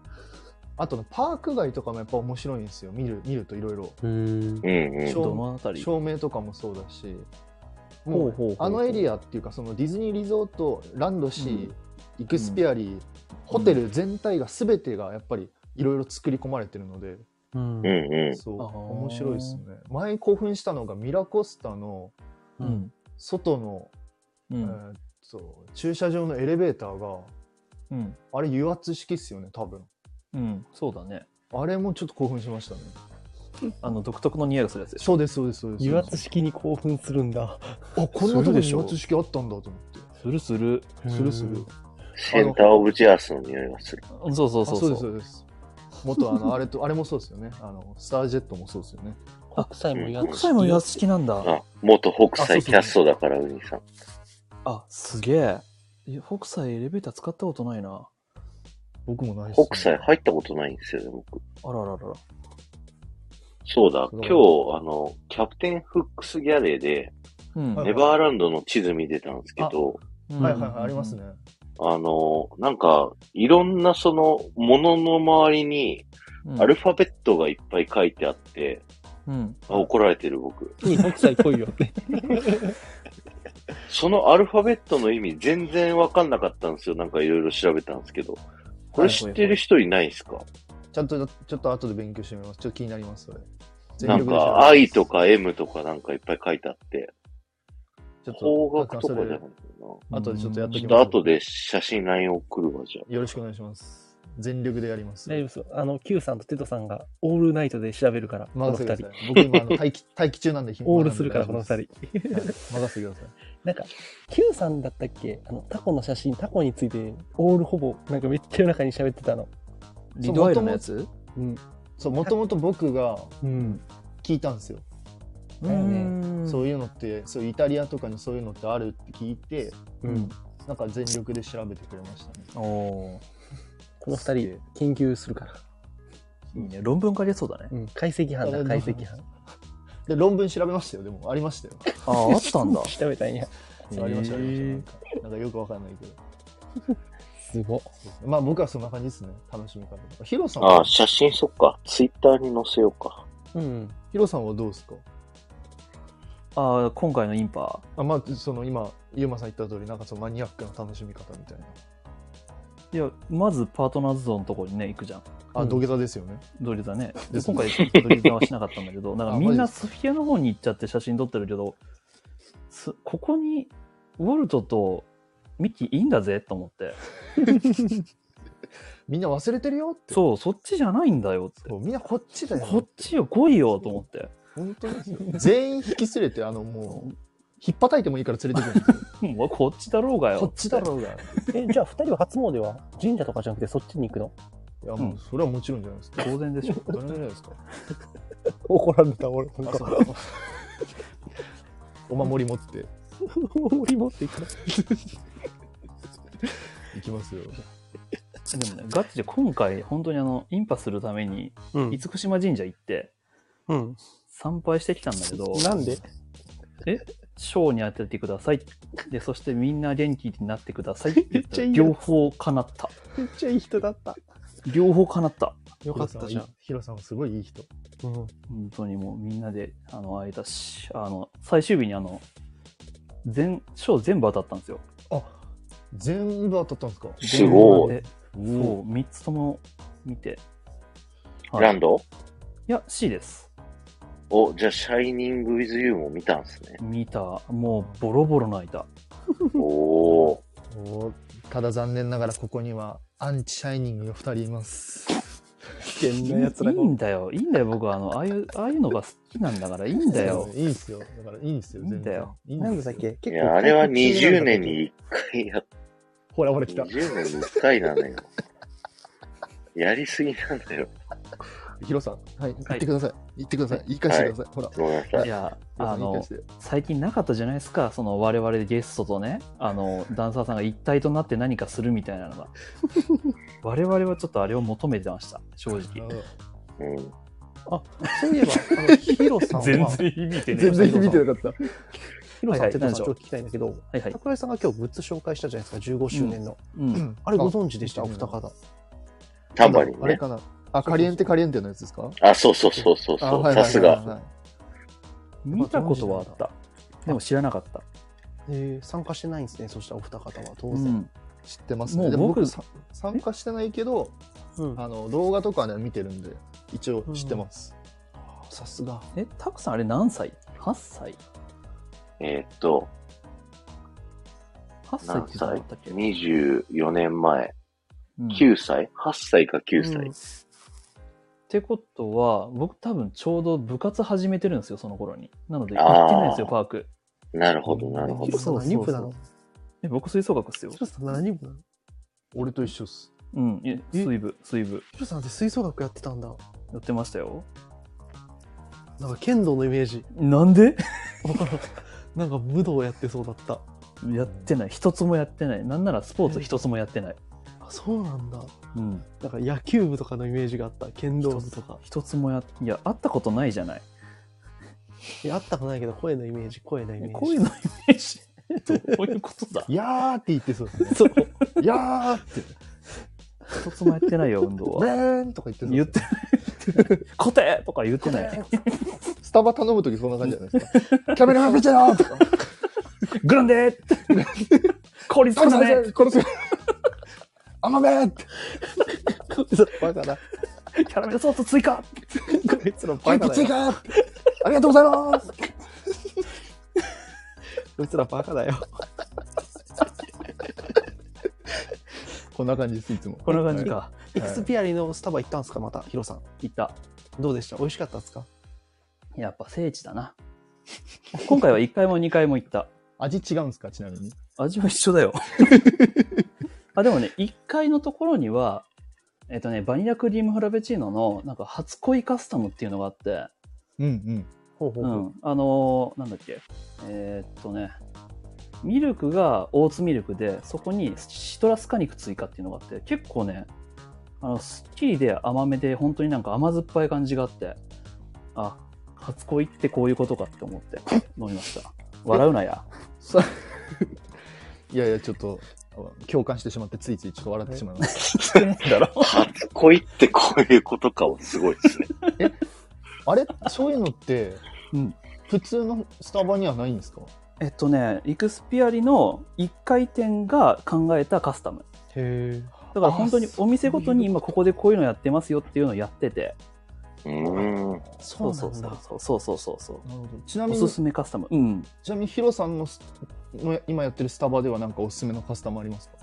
C: あとね、パーク街とかもやっぱ面白いんですよ。見る、見るといろいろ。
E: うん。
A: うんうん。
C: 照
D: どのあたり
C: 照明とかもそうだし、
D: ほ
C: も
D: うほうほう
C: う、あのエリアっていうか、そのディズニーリゾート、ランドシー、
D: う
C: イクスピアリー、ホテル全体が全てがやっぱりいろいろ作り込まれてるので、
E: うん
A: うん。う
C: そう、
D: あー
C: 面白いですね。前に興奮したのがミラコスタの
D: うん。
C: 外の、
D: う
C: え
D: ん。
C: ーっと駐車場のエレベーターが、
D: うん。
C: あれ油圧式っすよね、多分。
D: うん。そうだね。
C: あれもちょっと興奮しましたね。
D: あの、独特の匂いがするやつでしょ。
C: そうです、そうです、そうです。
E: 油圧式に興奮するんだ。
C: あ、こんなとこに油圧式あったんだと思って。
D: するする。
C: するする。
A: ん。センターオブジェアスの匂いがする。
D: うんそうそう
C: あ
D: そう。
C: そうです、そうです。元あの、あれと、あれもそうですよね。あの、スタージェットもそうですよね。
E: 白菜も油圧
D: 国際も安式なんだ。
A: あ、元北
C: あそ
A: 斎
C: うそう
A: キャストだから、ウニさん。
D: あ、すげえ。いや北斎エレベーター使ったことないな。
C: 僕もないっす、ね。
A: 北斎入ったことないんですよね、僕。
D: あらららら。
A: そうだ、
C: そう
A: 今日、あの、キャプテンフックスギャレーで、
D: うん。
C: はい
A: ネバーランドの地図見てたんですけど、
D: うん
C: はいはいはい、ありますね。。
A: あの、なんか、いろんなその、ものの周りに、
D: うん
A: アルファベットがいっぱい書いてあって、
D: うん。
A: あ怒られてる僕。
B: に北斎来いよって。
A: そのアルファベットの意味全然わかんなかったんですよ。なんかいろいろ調べたんですけど。これ知ってる人いないですか
C: ちゃんと、ちょっと後で勉強してみます。ちょっと気になります、それ。
A: なん
C: 全力で調べ
A: か
C: ます
A: I とか M とかなんかいっぱい書いてあって、
C: ちょっ
A: 方
C: と、
A: 角とかじゃないかな。
C: 後でちょっとやっと
A: ち
C: き
A: ょっ
C: ます。
A: と後で写真 LINE 送るわ、じゃ
C: よろしくお願いします。全力でやります。
B: 大丈夫ですよ。あの、Q さんとテトさんがオールナイトで調べるから、この
C: 任せ
B: 二
C: てく
B: 人
C: だ。さい。僕今あの待機、待機中なんで、
B: オールするから、この二
C: 人。
B: 人。
C: はい任せてください。
B: なんか、Q さんだったっけあの、タコの写真、タコについて、オールほぼ、なんかめっちゃ夜中に喋ってたの。
D: リドアイルのやつ
B: うん。
C: そう、もともと僕が
B: うん。
C: 聞いたんですよ。
B: だよね
D: う
C: そういうのって、そう、イタリアとかにそういうのってあるって聞いて、
B: うん。
C: なんか全力で調べてくれましたね。
D: ん。おー
B: この二人、研究するから。
D: いいね。論文書けそうだね
B: う。ん。解析班だ、解析班。
C: で、論文調べましたよ、でも。ありましたよ。
D: ああ、 あったんだ。
B: 調べたんや。
C: そうありました、ありましたな
D: へー
C: んか。なんかよくわかんないけど。
B: すごっ。
C: まあ僕はそんな感じですね。楽しみ方。ヒロさん
A: あ。
C: は
A: あ、写真そっか。ツイッターに載せようか。
B: うん。
C: ヒロさんはどうですか
D: ああ、今回のインパ。
C: あまあ、その今、ユうマさん言った通り、なんかそのマニアックな楽しみ方みたいな。
D: いや、まずパートナーズゾーンのとこにね、行くじゃん。
C: あ、土下座ですよね。
D: ドリルだね。
C: で
D: です
C: ね
D: 今回、ドリルはしなかったんだ けど、なんかみん
C: あマ
D: な
C: ジです
D: スフィアの方に行っちゃって写真撮ってるけど、すここにウォルトとミッキーいいんだぜと思って、
C: みんな忘れてるよって。
D: そう、そっちじゃないんだよって
C: そ。うみんなこっちだよ。
D: こっちよ、来いよと思って。
C: 本当ですよ。全員引き連れて、あの、もう、ひっぱたいてもいいから連れてくるんですよ。
D: うんおいこっちだろうがよ。
C: こっちだろうが。い
B: え、じゃあ二人は初詣は神社とかじゃなくてそっちに行くの
C: や、もう、それはもちろんじゃないですか。
D: 当然でしょ。
C: どれぐらいですか
B: 怒られた、俺。
C: あそうお守り持って
B: 俺持っていくの
C: いきますよ。
D: でもね、ガチで今回、本当にあの、インパするために、
B: うん
D: 厳。島神社行って、
B: うん。
D: 参拝してきたんだけど、
B: なんで
D: 賞に当ててください。で、そしてみんな元気になってくださいって言ったら
B: めっちゃいいやつ
D: 両方叶った。
B: めっちゃいい人だった。
D: 両方叶った。
B: よかったじゃん。
C: ヒロさんはすごいいい人。
B: うん。
D: 本当にもうみんなで、あの、会えたし、あの、最終日にあの、全、賞全部当たったんですよ。
C: 全部当たったんですか
A: すごい。
D: でそう、3つとも見て。はい
A: ランド
D: いや、C です。。
A: お、じゃあ、シャイニング・ウィズ・ユーも見たんすね
D: 見た。もうボロボロ泣いた。
A: おー。
C: おーただ残念ながらここにはアンチシャイニングが2人います。危
D: いい
C: 険
D: いいんだよ。いいんだよ。僕はあの、ああいう、ああいうのが好きなんだからいいんだよ。
C: いいんすよ。だからいいんすよ。
D: いいんだよ
C: 全然。
B: ない
C: い
B: ん
C: ん
B: だ
C: す
B: っ
C: よ
B: け
A: い
B: 結構
A: や、あれは20年に1回やっ
C: ほらほら来た。
A: 20年に1回なのよ。やりすぎなんだよ。
C: ヒロさん、はい、言ってください。言ってください。言い返してください。ほら。
A: ごめんなさ
D: い
A: い。
D: や、
C: ヒロさ
D: あ
C: ん言い返
D: の
C: し、て
D: 最近なかったじゃないですかその我々ゲストとねあのダンサーさんが一体となって何かするみたいなのが我々はちょっとあれを求めてました正直
A: うん。
B: そういえば、あの、ヒロさんは、
D: 響いて
C: 全然響いてなかった。
B: ヒロさ
D: は
B: ん
D: い
B: ってちょっ
D: 何でしょ
B: と
D: う
B: 聞きたいんだけど、
D: はいはい、
B: 桜井さんが今日グッズ紹介したじゃないですか、15周年の。
D: うん、
B: あれご存知でした、お二方。
A: タンバリン
C: あれ
A: ね。
C: かな。あ、カリエンテカリエンテのやつですか
A: あ、そうそうそうそう
C: あ
A: そう。さすが。。
D: 見たことはあったでも知らなかった、
B: えー参加してないんですね、そしたらお二方は当
D: う
B: 然。
D: ん、
C: 知ってますね。
D: もう
C: でも
D: 僕
C: 僕さ参加してないけど、
B: うん
C: あの動画とかね見てるんで一応知ってます。
B: さすが。
D: えタクさんあれ何歳 ?8 歳
A: えーっと、
D: 8歳っ
A: 何
D: て言っ
A: 歳
D: たっけ、
A: ?24 年前。
D: うんっ
A: 9歳 ?8 歳か9歳。
D: てことは僕多分ちょうど部活始めてるんですよその頃になので
A: あー
D: 行ってないんですよパーク
A: なるほど、なるほ
B: ヒ
A: ど
B: ロ。さん何部なの
D: え僕吹奏楽っすよ
B: ヒロさん何部なの
C: 俺と一緒っす。
D: うんいえ
B: え
D: 水部水部
B: ヒロさんって吹奏楽やってたんだ。
D: やってましたよ
B: なんか剣道のイメージ。
D: なんで
B: わからん。 なんか武道やってそうだった。
D: やってない一つもやってないなんならスポーツ一つもやってない、
B: あ、そうなんだ。
D: うん、
B: なんか野球部とかのイメージがあった。剣道部とか。
D: 一つもやいや会ったことないじゃない
B: いや、あったくないけど、声のイメージ、声のイメージ。
D: こういうのイメージ どういうことだ
C: いやーって言ってそうですね。
D: そう
C: いやーって、
D: 一つもやってないよ運動
C: ね
D: は
C: ーんとか言ってそう
D: 言ってない固定とか言ってない
C: タバ頼むときそんな感じじゃないです か。キャメルハンプチェローとか。
D: グランデー
C: 殺す殺 せ殺せアマメって。バカだ。
D: キャラメルソース追 加
C: こいつらバカだよ。ありがとうございますこいつらバカだよ。こんな感じです、いつも。
D: こんな感じ。か。
C: い
B: エクスピアリのスタバ行ったんですかまた、ヒロさん。
D: いった。
B: どうでした美味しかったですか
D: やっぱ聖地だな。今回は1回も2回も行った。
C: 味違うんですか、ちなみに。
D: 味は一緒だよ。 あ、でもね、1階のところには、えっとね、バニラクリームフラペチーノの、なんか、初恋カスタムっていうのがあって、
C: うんうん。
B: ほうほう
D: う
B: ほう。
D: ん。あのーなんだっけ。えーっとね、ミルクがオーツミルクで、そこにシトラス果肉追加っていうのがあって、結構ね、あの、スッキリで甘めで、本当になんか甘酸っぱい感じがあって、あ、初恋ってこういうことかって思って飲みました。笑うなや。
C: いやいや、ちょっと、共感してしまって、ついついちょっと笑ってしまいました。
D: だろ
A: 初恋ってこういうことかもすごいですね。
C: あれそういうのって、
D: うん
C: 普通のスタバにはないんですか
D: えっとね、イクスピアリの1回転が考えたカスタム。
C: へえ。
D: だから本当にお店ごとに今ここでこういうのやってますよっていうのをやってて。
A: うーん。
B: そうな
D: そうんそ
B: だ
D: う。そうそうそうそうそう。
C: なるほど。ちなみ
D: お
C: に、
D: すすめカスタム。うん。
C: ちなみにヒロさんのスの今やってるスタバではなんかおすすめのカスタムありますか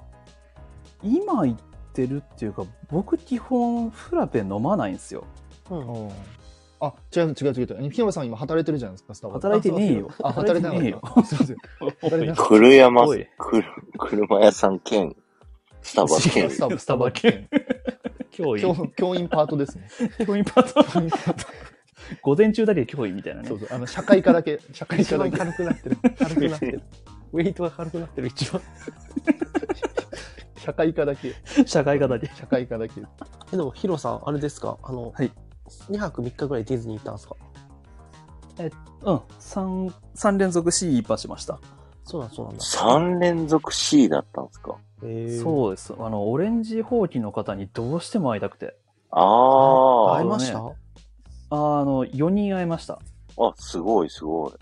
D: 今行ってるっていうか、僕基本フラペ飲まないんですよ。
C: あ、違う違う違う違う。ヒロさん今働いてるじゃないですか、スタバで。
D: 働いてねえよ。
C: あ、働いてない
D: ね
C: のか。すいません。 働いてなかっ
A: 車山
D: おい、
A: くる車屋さん兼、スタバ兼
C: たス。タバ、
D: スタバ系脅
C: 教
D: 威。
C: 教員パートです ね。
D: 教員パート。 午前中だけ脅威みたいなね
C: そう。そう。あの、社会科だけ、社会
B: 一
C: 科だ
B: 番
C: け。
B: 軽くなってる。軽くな ってる。ウェイトが軽くなってる、一番。
C: 社会科だけ。
D: 社会科 だけ。
C: 社会科だけ。
B: え、でも、ヒロさん、あれですかあの、
D: はい
B: 2泊3日ぐらいディズニー行ったんですか
D: うん。3、三連続 C 一発しました。
B: そうなんそうなんだ。
A: 3連続 C だったんですか
B: う。
D: そうです。あの、オレンジほうきの方にどうしても会いたくて。
A: あ
B: 会い
A: ー
B: ました、
D: ああの、4人会いました。
A: あ、すごいすごい。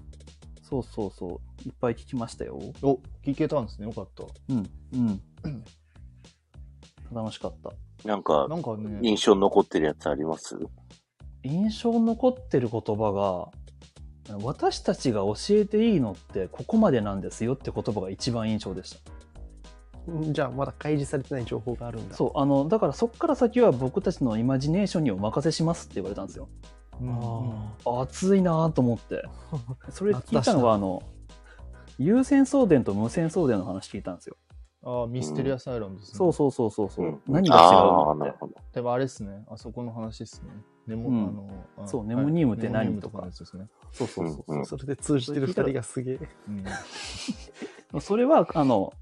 D: そうそうそう。いっぱい聞きましたよ。
C: お、聞けたんですね。よかった。
D: うん。 うん。楽しかった。
A: なんか、
C: なんかね、
A: 印象に残ってるやつあります
D: 印象に残ってる言葉が、私たちが教えていいのってここまでなんですよって言葉が一番印象でし
B: んじゃあ、まだ開示されてない情報があるん
D: た。
B: だ。
D: そう、あの、だからそっから先は僕たちのイマジネーションにお任せしますって言われたんですよ。
C: うん
B: あ
D: 熱いなぁと思 って。それ聞いたのが、あの、有線送電と無線送電の話聞いたんですよ。
C: ああ、ミステリアスアイランドですね。
D: そうそうそうそう。そう
A: うん
D: 何が違う
A: あー
D: のっ
A: な
D: て
A: る。ほど。
C: でもあれですね、あそこの話ですね。ネモ、
D: うん
C: あのあの、
D: そうネモニウムって何
C: はいネモニウム
D: とか
C: のやつですね。
D: そうそうそう。
A: うんうん
B: それで通じてる2人がすげえ。
C: うん
D: それは、あの、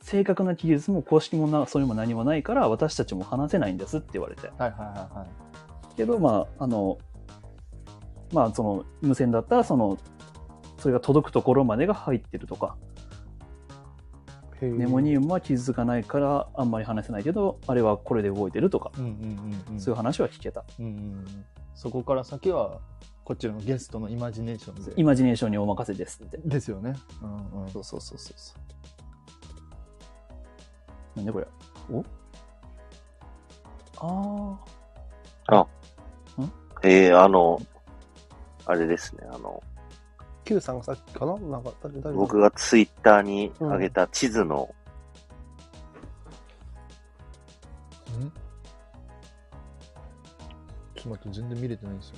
D: 正確な記述も公式もな、それも何もないから、私たちも話せないんですって言われて。
C: はいはいはいはい。
D: けど、まあ、あの、まあ、その、無線だったら、その、それが届くところまでが入ってるとか、ネモニウムは傷つかないから、あんまり話せないけど、あれはこれで動いてるとか、
C: うんうんうんうん。
D: そういう話は聞けた。
C: うんうんうんそこから先は、こちらのゲストのイマジネーションで。
D: イマジネーションにお任せですって。
C: ですよね。うんうん。
D: そうそうそうそうそう。なんでこれおあ
A: えー、あの、あれですね、あの、
B: Q さんがさっきかななんか誰、誰
A: 僕がツイッターに上げた地図の、
C: んちょっと待って、全然見れてないんですよ。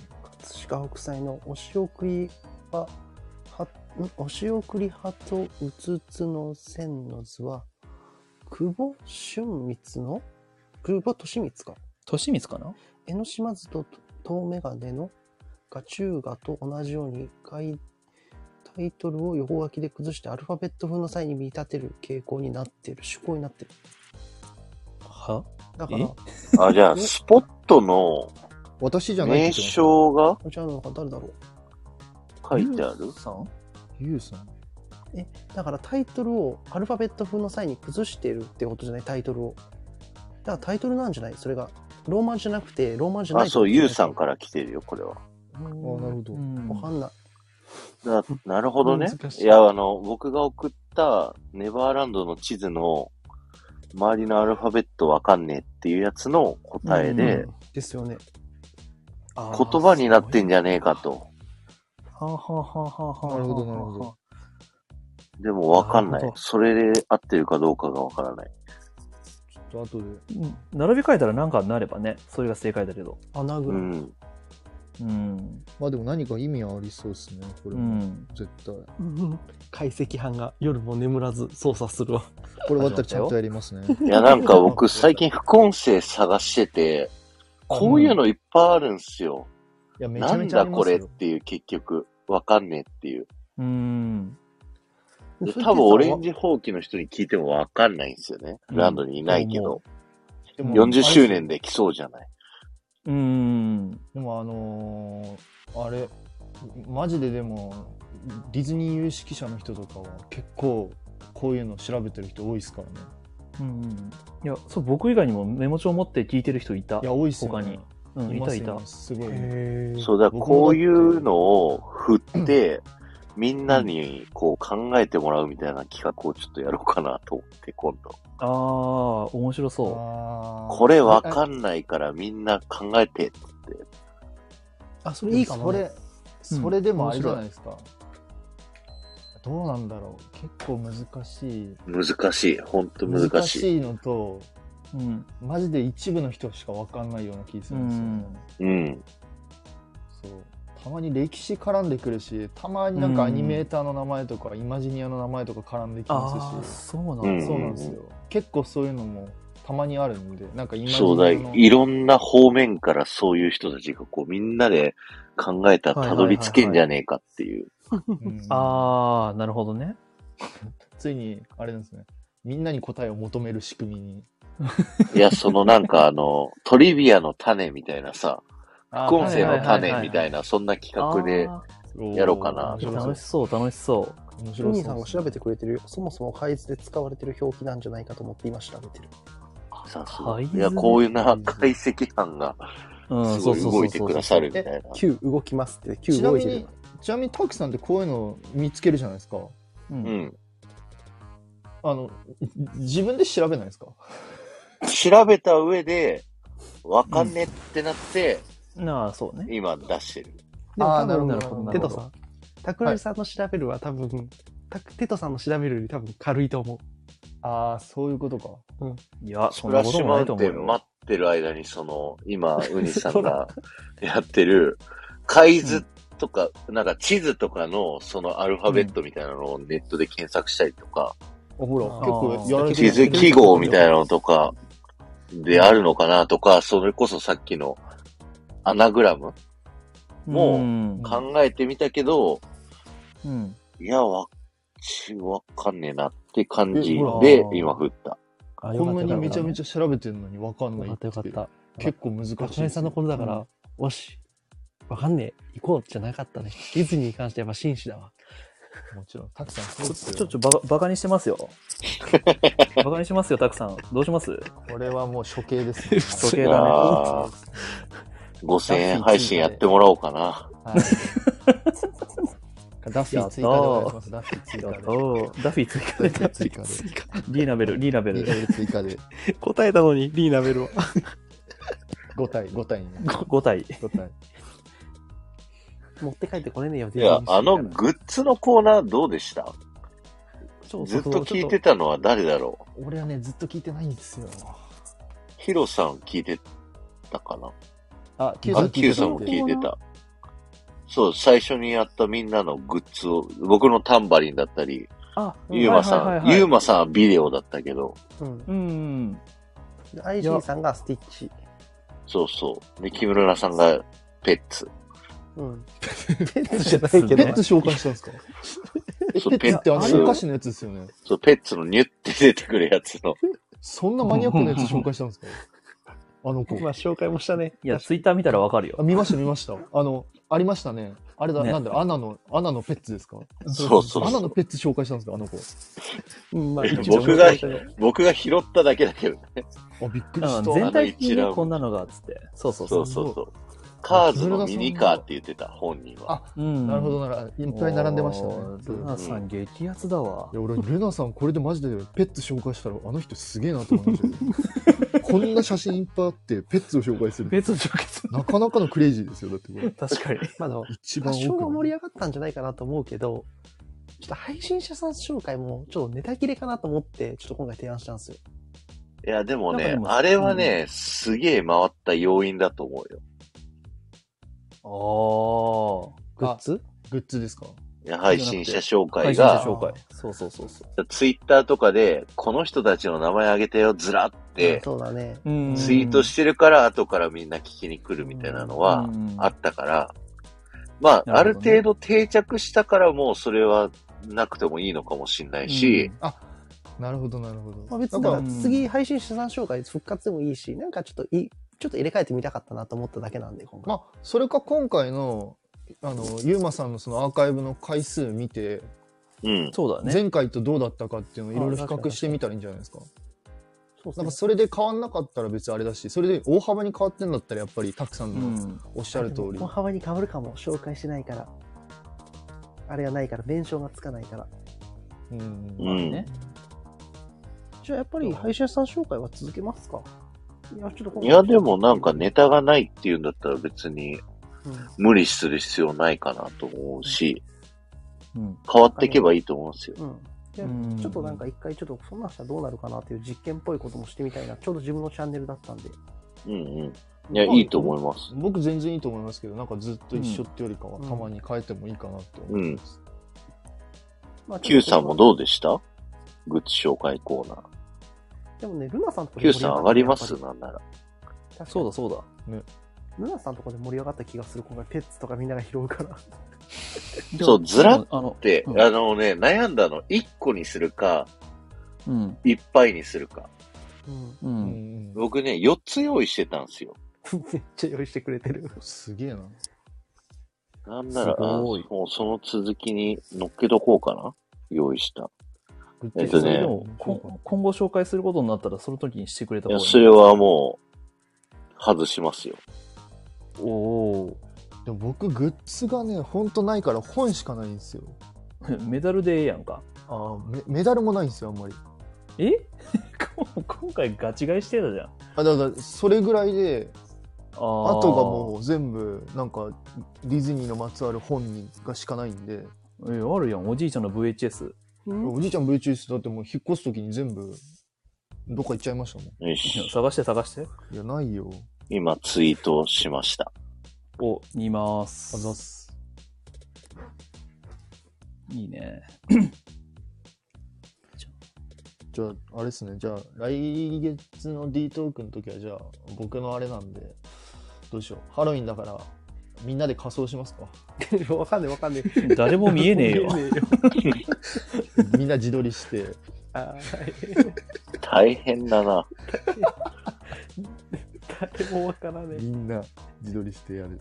B: 葛飾北斎のお仕送りは、は、んお仕送り派とうつつの線の図は、久保俊光の、久保俊光か。
D: としみつかな
B: 江ノ島図と遠眼鏡のガチューガと同じように外タイトルを横書きで崩してアルファベット風の際に見立てる傾向になってる趣向になってる
D: は
B: だから
A: あ、じゃあ、
B: え
A: スポットの
C: 私じゃない
A: 名称が
B: じゃあなんか誰だろう
A: 書いてある
D: さん
C: ゆうさん。
B: だからタイトルをアルファベット風の際に崩してるってことじゃないタイトルをだからタイトルなんじゃないそれがローマ字じゃなくてローマ字じゃない
A: あ、そう、ゆうさん
B: か
A: から来てるよ、これは。
C: ああ、なるほど。
E: わかんない。
A: だなるほどね
C: 難。しい
A: いや、あの、僕が送ったネバーランドの地図の周りのアルファベットわかんねえっていうやつの答えで、
E: うんですよね。
A: 言葉になってんじゃねえかと。
E: はあ、はあはあはあはあ、
C: なるほどなるほど。
A: でもわかんな
E: なる
A: い
E: ほ。ど
A: それで合ってるかどうかがわからない。
C: ちょっと後で。
D: 並び替えたら何かになればね、それが正解だけど。
E: 穴
A: う
E: ぐらい。
A: ん。
D: うん。
C: まあでも何か意味はありそうですね、これ
D: う
C: も。
D: ん。
C: 絶対。
E: うん解析班が夜も眠らず操作するわ。
C: これ終わったらちゃんとやりますね。
A: いや、なん か僕最近副音声探してて、こういうのいっぱいあるんすよ。
C: いや、めち
A: な
C: ゃめ
A: ん
C: ちゃあ
A: だ
C: り
A: こ
C: ます
A: れっ
C: よ。
A: ていう結局、わかんねえっていう。
D: うん。
A: で多分オレンジ放棄の人に聞いてもわかんないんですよね。
D: うん
A: ランドにいないけど。
C: で
D: も
A: 40周年で来そうじゃない。
D: うん。
C: でもあのーあれ、マジででも、ディズニー有識者の人とかは結構こういうの調べてる人多いですからね。
D: うん。いや、そう、僕以外にもメモ帳持って聞いてる人いた
C: い。や、多いっすよ、
D: 他
C: ね
D: に。うん、い
C: ま
D: た
C: す
D: いた
C: ま。すすごい、ね。
E: へー
A: そうだ、
C: 僕も
A: こういうのを振って、みんなにこう考えてもらうみたいな企画をちょっとやろうかなと思って、今度。
D: ああ、面白そ
A: これわ
C: ん
A: かんないからみんな考えてっつって。
E: あ、それいいかも、
C: そ
E: ね
C: れ。、それでもあれじゃないですか。どうなんだろう。結構難しい。
A: 難しい。ほんと難しい。
C: のと、
D: う。うん。
C: マジで一部の人しかわかんないような気す
D: う
C: るんですよね、
D: ん。
A: うん。
C: そうたまに歴史絡んでくるしたまになんかアニメーターの名前とか、イマジニアの名前とか絡んでき
D: あ
C: ま
D: あ、
C: すし、
D: そうなんだ。
A: うん
C: そうなんですよ結構そういうのもたまにあるんでなんかイマジニ
A: そうだ、
C: アの
A: いろんな方面からそういう人たちがこうみんなで考えたらたどり着けんじゃねえかっていう。
C: うん
D: ああ、なるほどね。
C: ついにあれなんですねみんなに答えを求める仕組みに
A: いや、そのなんかあの、トリビアの種みたいなさ、副音声の
D: はいはいはい
A: 種
D: はい
A: みたいな、そんな企画で、
D: あ
A: やろうかな
C: 面
D: ー
C: 白そう
D: 楽しそう、楽しそう。
C: 面
E: ル
C: 白
E: ミ
C: そ
E: さん
C: う
E: が調べてくれてるよ。そもそも海図で使われてる表記なんじゃないかと思って今調べてる。
A: さす
D: は
A: が。
D: い
A: いや、こういうな解析班が
D: うん、
A: す
D: そ
A: ご
D: う
A: い
D: そうそうそう
A: 動いてくださるみたいな。
E: 9動きますって、9
C: ちな
E: 動い
C: み
E: てる
C: に。ちなみにタクさんってこういうの見つけるじゃないですか
D: う。
A: うんん。
C: あの自分で調べないですか
A: 調べた上で、わかんねってなって、
D: なあ、そうね。
A: 今出してる。
E: でも
C: あー
E: 多分
C: な
D: るほどな
E: テ
D: るほど
E: トさん、桜井さんの調べるは多分、たテトさんの調べるより多分軽いと思う。
C: ああそういうことか
D: いや、
A: ス
D: そ
A: プ
D: んな
A: ラッ
D: こ
A: シ
D: と
A: ュ
D: も
A: マ
D: な
A: ウ
D: いと
A: ン
D: 思う
A: テン
D: よ。
A: 待ってる間に、その、今、ウニ さんがやってる、海図とか、なんか地図とかの、そのアルファベットみたいなのをネットで検索したりとか、
C: あほら
E: あ
D: ー
C: 結構やられて
A: 地
C: る
A: 図記号みたいなのとか、であるのかなとか、それこそさっきのアナグラムも
D: うん
A: 考えてみたけど、
D: うん。
A: いや、わ、ち、わかんねえなって感じ
C: えほら
A: で、今振った。
E: あ
C: こんなにめちゃめ
E: ち
C: ちゃ調べてるのに分かん
E: ゃ
C: ない
E: よか
C: っ
E: った
C: て
E: よかった。
C: 結構難しいです
E: 桜井さんの頃だから、おし、わかんねえ、行こうじゃなかったね。ディズニーに関してはやっぱ紳士だわ。
C: もちろんたくさんそう
D: ちょ
C: で
D: っ
C: す
D: とち
C: よ
D: ょっとバカバカにしてま すよ。バカにしてますよ、たくさん。どうします
C: これはもう処刑 ですね
D: 処
A: い
D: 刑
A: や
D: だね。
A: ー5000円配信やってもらおうかな。
C: はいダッフィー追加でお願いしますダッフィー追
D: や
C: 加
D: っ
C: で
D: たーダフィー追加で。
C: ダッフィー 追加で
D: リーナベル、リーナベ
C: リー
D: ル。
C: ダブル追加で
E: 答えたのに、リーナベルは。
C: 5体5体ね
D: 5体。
C: 5体
E: 持って帰ってこれねえよ、
A: い
E: ディズニ
A: や
E: ー、に
A: あのグッズのコーナーどうでしたずっと聞いてたのは誰だろう
C: 俺はねずっと聞いてないんですよ
A: ヒロさん聞いてたかな
C: あキ
A: あ、キューさんも聞いてた。そう、最初にやったみんなのグッズを、僕のタンバリンだったり、
D: あ、
A: ユーマ
D: はい
A: さ
D: はい
A: ん、
D: はい
A: ユーマさんはビデオだったけど、
E: うん
D: う。ん。
E: で IG さんがスティッチ。
A: そうそう。で、木村さんがペッツ。
E: うん。
D: じゃないけど
C: ペット紹介したんですか え
A: そう
C: ペットってあ
A: ペッ
C: の
A: ト
C: お菓子のやつですよね
A: そう、ペッツのニュって出てくるやつ の。
C: そんなマニアックなやつ紹介したんですかあの子
E: まあ、紹介もしたね。
D: いや、ツイッター見たらわかる
C: あ
D: よ。
C: 見ました見ましたあのありましたねあれだ、
D: ね
C: なんだアナのアナのペッツですか
A: そうそう
C: アナのペッツ紹介したんですかあの子あ
E: うん、まあ、一応
A: 僕が、僕が拾っただけだけどね。
C: びっくり
D: う
C: した
D: ん全体的にねこんなのが、つって。そうそう
A: そ
D: そうう。
A: そうそう。カーズのミニカーって言ってた、本人は。
C: あ
D: うん
C: なるほどなら、いっぱい並んでましたね。
D: おー
C: い
D: ルナさん、激アツだわ。
C: や俺、ルナさん、これでマジでペット紹介したら、あの人すげえなと思いましたよ こんな写真いっぱいあって、ペットを紹介する。
D: 別 の条件する
C: なかなかのクレイジーですよ、だってこれ。
D: 確かに。
B: まあでも、
C: 一
B: 多
C: 番
B: 少は
C: 多
B: 盛り
C: く
B: 上がったんじゃないかなと思うけど、ちょっと配信者さん紹介もちょっとネタ切れかなと思って、ちょっと今回提案したんですよ。
A: いや、でも
D: なんか
A: ね
D: で、も
A: あれはね、すげえ回った要因だと思うよ。
D: あ
B: グッズ
C: グッズですか
A: いや配信者紹
D: あ。
A: 介
D: 者
A: が、
D: 紹介。そうそうそうそう。
A: ツイッターとかで、この人たちの名前あげてよ、ずらって、
B: そうだね。
D: うん
A: ツイートしてるから、後からみんな聞きに来るみたいなのは
D: う、ん
A: あったから、まあ、
D: な
A: あ
D: る
A: る
D: ほどね
A: 程度定着したからもうそれはなくてもいいのかもしれないし、
C: なるほど、なるほ
B: ま
C: ど。
B: あ、別にだから次配信者さん紹介復活でもいいし、なんかちょっとい、ちょっと入れ替えてみたかったなと思っただけなんで、今回。
C: まあ、それか今回の、あの、ゆうまさんのそのアーカイブの回数見て、
A: うん。
D: そうだね。
C: 前回とどうだったかっていうのをいろいろ比較してみたらいいんじゃないですか。
B: そう
C: なん
B: で
C: か
B: す
C: それで変わんなかったら別にあれだし、それで大幅に変わってんだったらやっぱりたくさん
D: う
C: の
D: ん。
C: おっしゃる通り。
B: 大幅に変わるかも。紹介してないから。あれがないから、弁償がつかないから。
C: うん
A: う
D: ね
A: ん。
B: じゃあやっぱり配信者さん紹介は続けますかいや、ちょっと今
A: い
B: 回
A: や、でもなんかネタがないっていうんだったら別に
B: うん
A: 無理する必要ないかなと思うし、
D: うん。
A: 変わっていけばいいと思うんですよ。
B: うん。で
D: うん
B: ちょっとなんか一回ちょっとそんなんしたらどうなるかなっていう実験っぽいこともしてみたいな。ちょうど自分のチャンネルだったんで。
A: うんうん。いや、いいと思います。
C: 僕全然いいと思いますけど、なんかずっと一緒ってよりかはたまに変えてもいいかなって思います。
B: まあ
A: Q さんもどうでしたグッズ紹介コーナー。
B: でもね、ルナさんとこ
A: Q さん上がります
B: やっぱ
A: なんなら。
D: そうだそうだ。
B: ルナさんとこで盛り上がった気がする。今回ペッツとかみんなが拾うから。
A: そうずらっ
D: あの、
A: で、
D: うん
A: あのね、悩んだの、1個にするか、
D: うん。
A: いっぱいにするか。
B: うん。
D: う
C: うん
D: ん。
C: うん
A: 僕ね、4つ用意してたんですよ。
B: めっちゃ用意してくれてる。
C: すげえな。
A: なんなら、
D: す
A: あ
D: ごい
A: もうその続きに乗っけとこうかな。用意した。えっとね
D: それでもこ今後紹介することになったら、その時にしてくれた
A: い
D: 方
A: や、
D: がい
A: それはもう、外しますよ。
D: い。おお。
C: でも僕グッズがね、ほんとないから本しかないんですよ。
D: メダルでええやんか。
C: あーメメダルもないんですよ、あんまり。
D: え こ今回ガチ買いしてたじゃん。
C: あだからそれぐらいで、
D: あ
C: あ
D: ー
C: とがもう全部なんかディズニーのまつわる本にがしかないんで、
D: えあるやん、おじいちゃんの VHS。
B: うん。
C: おじいちゃん VHS だってもう引っ越す時に全部どっか行っちゃいましたもん。
A: よ
D: いや
A: し。
D: 探して探して。
C: いや、ないよ。
A: 今、ツイートしました。
D: お、見ます。
C: あざっす。
D: いいね。
C: じゃあ、あれですね。じゃあ、来月の D トークの時は、じゃあ、僕のあれなんで、どうしよう。ハロウィンだから、みんなで仮装しますか。
B: わかんないわかんない。
D: 誰も見えねえ よ。
B: 見えねえよ。
C: みんな自撮り して。
B: あはい
A: 大変だな。
B: 誰もわからねえ。
C: んな自撮りしてやる。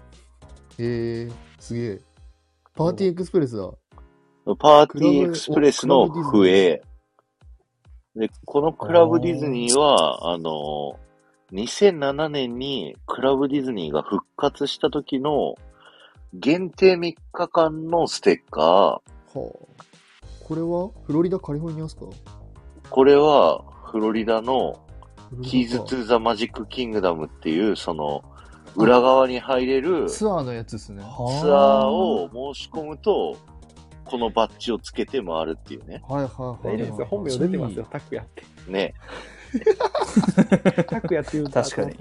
C: えー、すげえ。パーティーエクスプレスだ。
A: パーティーエクスプレスの笛。で、このクラブディズニーは、あの、2007年にクラブディズニーが復活した時の限定3日間のステッカー。
C: はあ。これは、フロリダ・カリフォルニアですか
A: これはフロリダのキーズ・ト
C: ツ
A: ゥ・ザ・マジック・キングダムっていう、その、裏側に入れるツ
C: アーのやつですね。は
A: アーを申し込むと、このバッジをつけて回るっていうね。
C: いはいはい
B: 大
C: は
B: 丈
C: い。
B: 夫ですよ。本名出てますよ。タクヤって。
A: ね。
B: タクヤっていう
D: 確かに。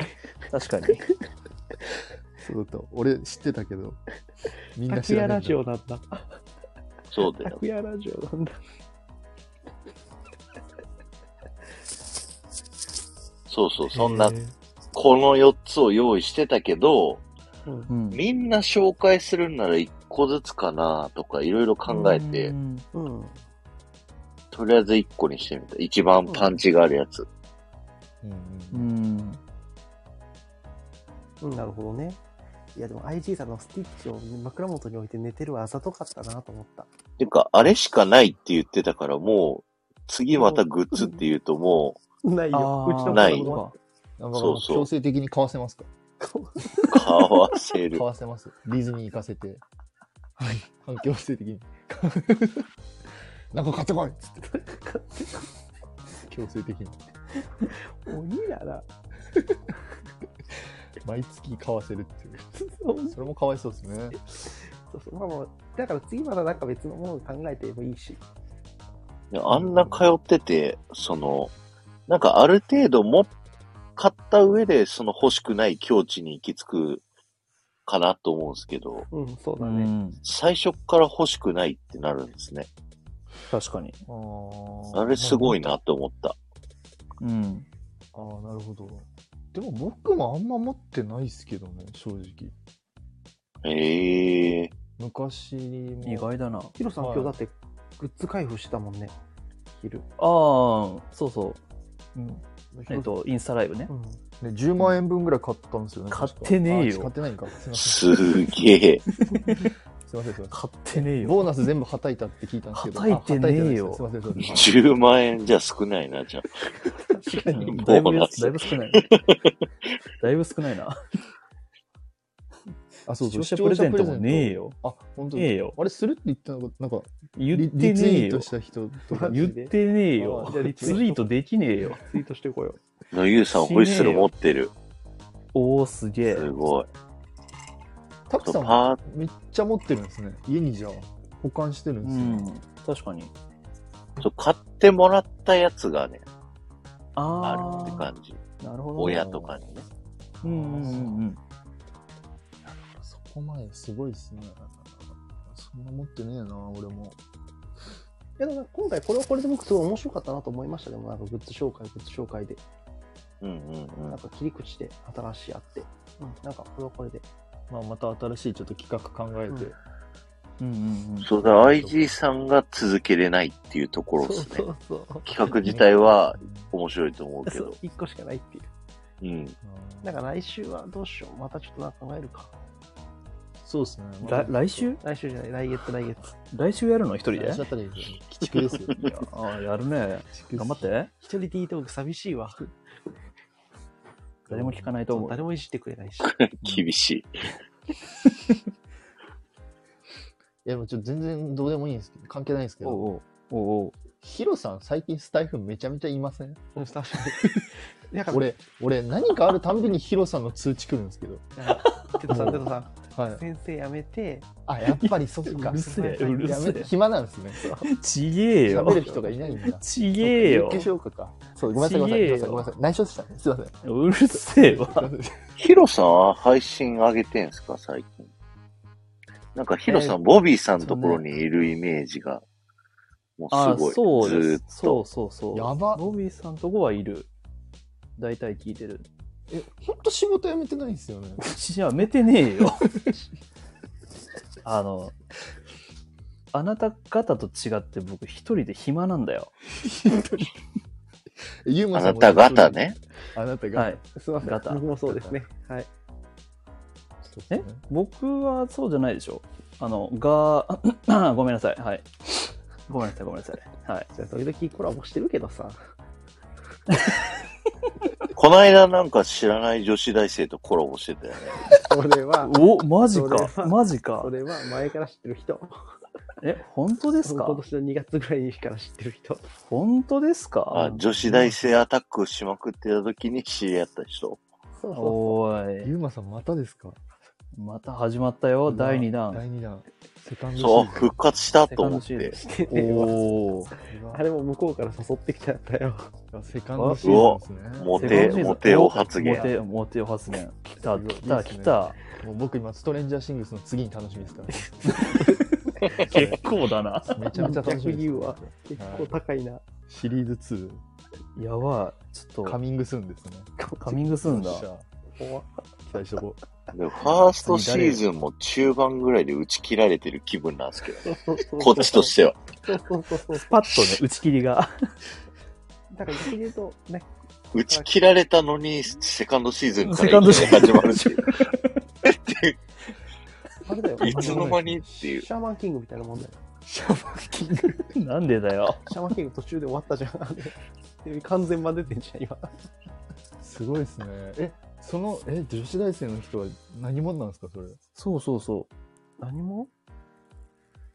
D: 確かに。
C: そうだった。俺知ってたけど、みん
B: タ
C: な
B: ク
C: 知
B: ヤ
C: らな
B: ラ
C: い。
B: ジオなんだ。
A: そうだ
B: タ
A: よ。
B: クヤラジオなんだ。
A: そうそう。そんなこの4つを用意してたけど、
D: うん
A: みんな紹介するんなら1個ずつかなとかいろいろ考えて、
D: うん
B: うん。
A: とりあえず1個にしてみた。一番パンチがあるやつ。
C: うん
D: う
C: うん
D: ん。
B: うん、なるほどね。いや、でも IG さんのスティッチを枕元に置いて寝てるあざとかったなと思った。
A: てか、あれしかないって言ってたからもう、次またグッズって言うとも
B: ないよ。うちの子
A: ない
B: 供は
A: そうそう
C: 強制的に買わせますか
A: かわせる
C: 買。わせます。ディズニー行かせて。はい。環境性的に。 なんか買ってこいっつって。強制的に。
D: 鬼やな。
C: 毎月買わせるっていう。
D: そう
C: それもかわいそうですね。
B: そうまあまあ、だから次またなんか別のものを考えてもいいし。
A: いやあんな通ってて、その、なんかある程度も、買った上で、その欲しくない境地に行き着くかなと思うんですけど、
B: うん、そうだ
D: だ
B: ね。
D: ね。
A: 最初から欲しくないってなるんですね。
D: 確かに。
A: あ
C: あ
A: れすご
C: い。
A: いなって思った。
D: うん。
C: ああ、なるほど。でも僕もあんま持ってないっすけどね、正直。
A: ええ
C: 昔も。
D: 意外だな。あ
B: ヒロさん、
C: はい
B: 今日だってグッズ開封してたもんね。昼。
D: あー、そうそう。
C: うん
D: えっと、インスタライブね
B: う。ん。
C: ね、10万円分ぐらい買ったんですよね。
D: 買ってねえ
C: 確か
D: よ
C: あ買ってないんか。すいません。
A: すげ え。
C: すいません。すいま
D: 買ってねえ
C: せん
D: よ。
C: ボーナス全部はたいたって聞いたんですけど。
D: はたいてねえよ
C: あはたいてないです すいません。すいません
A: 10万円じゃ少ないな、じゃあ。
D: 確かに。だ
A: ボ
D: いぶ
A: ーナス
D: だいぶ少ない。 だいぶ少ないな。
C: あ、そう
D: 視
C: そう。
D: 聴者プレゼントもねえ
C: よ。
D: よ。
C: あ、本当
D: ねえよ。
C: あれするって言ってなかった。なんか、
D: 言
C: リ
D: って
C: リツイ
D: ねえ
C: ー
D: よ
C: ト。した人とか。
D: 言ってねえよ
C: あ。
D: リツイートできねえよ。
B: ツイートしてこよ
A: のゆうさんホイッスル持ってる。
D: おお、すげえ。
A: すごい。
C: タクさん
A: パ
C: もめっちゃ持ってるんですね。家にじゃあ保管してるんで
D: う
C: すね。
D: ん。確かに。
A: そう買ってもらったやつがね、ある
D: あ
A: って
D: あ。
A: 感じ。
D: なるほど。
A: 親とかにね。
D: うんうんうんうん。
C: そこまですごいですね。そんな持ってねえな、俺も。
B: う。いや、だから今回これはこれで僕すごい面白かったなと思いました。でもなんかグッズ紹介、グッズ紹介で、
A: うんうんう
B: なんん。か切り口で新しいあって、うん、なんかこれはこれで。
C: まあ、また新しいちょっと企画考えて。
D: うんうんうん。
A: そうだ、IG さんが続けれないっていうところですね。
B: うそう。
A: 企画自体は面白いと思うけど
B: そう。、1個しかないってい
A: う
B: う。
A: ん。
C: うん
B: だから来週はどうしよう。またちょっとなんか考えるか。
C: そうですね。
D: ら来週
B: 来週じゃない、来月、来月。
D: 来週やるの一人
C: 来
D: で
C: 週あたりですよ鬼畜ですよ。
D: ああ、やるね。頑張って。
B: 一人 D トーク寂しいわ。
D: 誰も聞かないと思う。
B: 誰もいじってくれない し。
A: 厳しい。
C: いや、もうちょっと全然どうでもいいんですけど、関係ないんですけ
D: お
C: ど、
D: うおうおうおう
C: ヒロさん最近スタイフめちゃめちゃいません
B: うん 確かに。なんか、
C: 俺、俺何かあるたんびにヒロさんの通知来るんですけど。
B: テトさん、テトさん、
C: はい。
B: 先生やめて、
C: あ、やっぱりそっか
D: うる。せえ、うる
C: や
D: せ
C: めて、暇なんですね。
D: え。 ちげえ
C: 喋
D: よ。
C: る人がいないんだ。
D: ちげえよ
C: 有。給消化か。そう、ごめんなさい、ごめんなさい、ごめんなさい。内緒でしたね。すいません。
D: うるせえわ。
A: ヒロさんは配信上げてんすか、最近。なんかヒロさん、ボビーさんのところにいるイメージが、も
D: あ
A: うすご
D: そ
A: い。
D: う
A: ず
D: で
A: ー
D: す
A: っ。
D: そ
A: と。
D: うそうそう。
C: やば
D: ボビーさんとこはいる。大体聞いてる。
C: え、ほんと仕事辞めてないんですよね。
D: いや、めてねえよ。あの、あなた方と違って僕一人で暇なんだよ。
C: ユー
A: あ
C: マさ
A: なん
C: もや
A: た
C: ってる
A: 方。ね。
C: あなたが。
D: はい。
B: すいません
D: ガタ、
B: 僕もそうですね。はい。
C: そうです
D: え
C: ね
D: 僕はそうじゃないでしょ。あの、が、 ごめんなさい。はい。ごめんなさい、ごめんなさい。はい。
B: じゃあ時々コラボしてるけどさ。
A: この間なんか知らない女子大生とコラボしてたよね。
B: それは、
D: お、マジ
B: それは
D: か。マジか
B: そ。れは前から知ってる人。
D: え、本当です
B: 今
D: か
B: 年の2月ぐらいにから知ってる人。
D: 本当です
A: あ
D: か
A: 女子大生アタックしまくってた時に知り合った人。
B: そうそ
D: おーい。
C: ユーマさんまたですか
D: また始まったよ、第2弾。
C: 第2弾。セカンド
A: そう、
C: シーズン
A: 復活したと思っ
D: セカンド
A: て
D: シ。
B: う。してねえわ
D: おー。
B: あれも向こうから誘ってきたんだよ。
C: セカンドシーズンですね。
A: モ
D: セカン
A: テ
D: ドシー、ズン
A: モテを発言
D: モ。テ、モテを発言。来た、
C: すごい
D: 来
C: い
D: た、
C: いです
D: 来
C: ね
D: た。
C: もう僕今、ストレンジャーシングスの次に楽しみですから。
D: 結構だな。
C: めちゃめちゃ楽しみです。
B: 逆に言うわ結構高い な。
C: シリーズ
D: やばい。ちょ
C: 2、
D: っ
C: カ
D: と、
C: ミングスーンですね。
D: カミングすんだ
C: よ。っしゃ
B: 怖っ
C: 期待しとこ
A: でもファーストシーズンも中盤ぐらいで打ち切られてる気分なんですけど、
B: そうそうそう
A: こっちとしては。
B: そうそうそうそう。
D: パッとね、打ち切りが。
B: だから逆に言うと、ね、
A: 打ち切られたのに、セカンドシーズンか
D: セカ
A: ら
D: ン
A: い
D: ド
A: き
D: シ
A: な
D: ーズ
A: り始
D: ン
A: まる っていう。
B: あれだよ。
A: いつの間にっていう。
B: シャーマンキングみたいなもんだよ。
D: なんでだよ。
B: シャーマンキング途中で終わったじゃん。完全版出てんじゃん、今。
C: う。すごいですね。え、その、え、女子大生の人は何者なんですか、それ。
D: そうそうそう。何も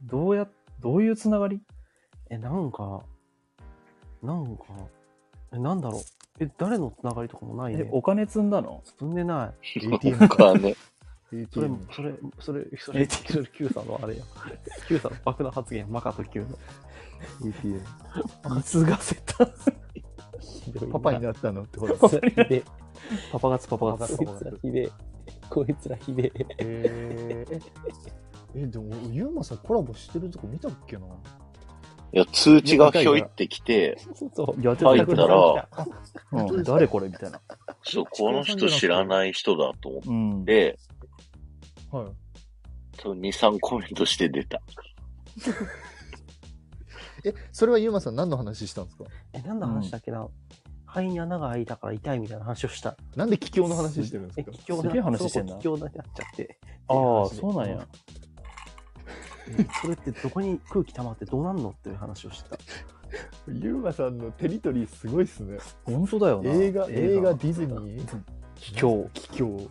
D: どうや、どういうつながり
B: え、なんか、なんか、え、なんだろう。え、誰のつながりとかもない
D: え
B: ね、。
D: お金積んだの
B: 積んでない。
C: ATM
A: かね。
B: それ
C: ATM。、
B: それ、それ、それ、それ Q さんのあれや。Q さんの爆弾発言、マカと Q の。
C: ATM。
D: 貢がせた。
B: ひどいな
C: パパになったのってこと
B: こいつらひでえ
D: パパ活パパ活。
B: こいつらひでえこいつらひでえ
C: えー、え、でも、ユーマさんコラボしてるとこ見たっけな。
A: いや、通知がひょいってきて、
B: そう
D: やって
A: 入ったら、
C: 本当
D: うん、
C: ですか
D: 誰これみたいな。
A: ちょっとこの人知らない人だと思っ
D: うん。
A: て、
C: はい。
A: 2、3コメントして出た。
C: え、それはユーマさん何の話したんですか
B: え何の話だっけな、肺に穴が開いたから痛いみたいな話をした
C: なんで桔梗の話してるんです
B: え
C: か
B: 気境
D: すげえ話してんな
B: 気境になっちゃって
D: ああ、そうなんや。
B: えそれってどこに空気溜まってどうなんのっていう話をしてた
C: ユーマさんのテリトリーすごいっすね。
D: 本当だよな。
C: 映画、映画、ディズニー、
D: 秘境。
C: 桔梗。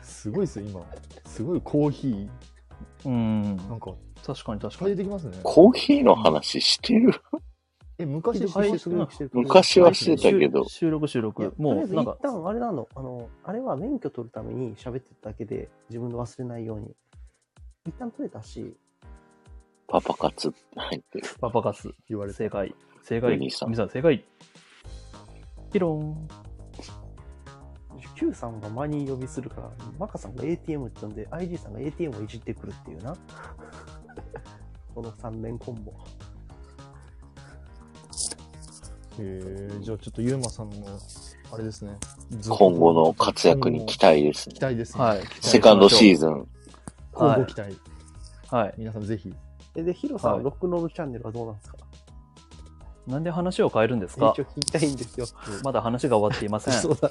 C: すごいっすよ、今。すごいコーヒー。
D: うん。
C: なんか、
D: 確かに確か
C: 変え
D: に。
C: てきますね。
A: コーヒーの話してる
C: え、昔
B: で
C: でし
B: す
C: てす
B: る
C: る
B: してる
A: 昔はしてたけど、
D: 収録収録。
B: もうとりあ
D: も
B: え
D: う、
B: ず
D: なん
B: 一
D: か、
B: 旦あれなのあのあれは免許取るために喋ってただけで自分の忘れないように一旦取れたし
A: パパ活って入ってる。
D: パパ活。
C: 言われて。
D: 正解。正
A: ウ
D: 解。
A: ニ
D: ミ
A: さ
D: さ
A: ん
D: ん、正解。ピロン。
B: Q さんがマニー呼びするからマカさんが ATM って呼んで IG さんが ATM をいじってくるっていうな この3連コンボ
C: へーじゃあちょっとユーマさんの、あれですね。
A: 今後の活躍に期待ですね
C: 期。待ですね。
D: はい。
A: セカンドシー
D: ズ
A: ズン。
C: 今後
D: は
C: 期待。
D: い。はい。
C: 皆さんぜひ。
B: えでヒロさん、
D: はい
B: ロックノブチャンネルはどうなんですか
D: なんで話を変えるんです
B: 一応
D: か
B: 聞きたいんですよ
D: まだ話が終わっていません。
B: そうだ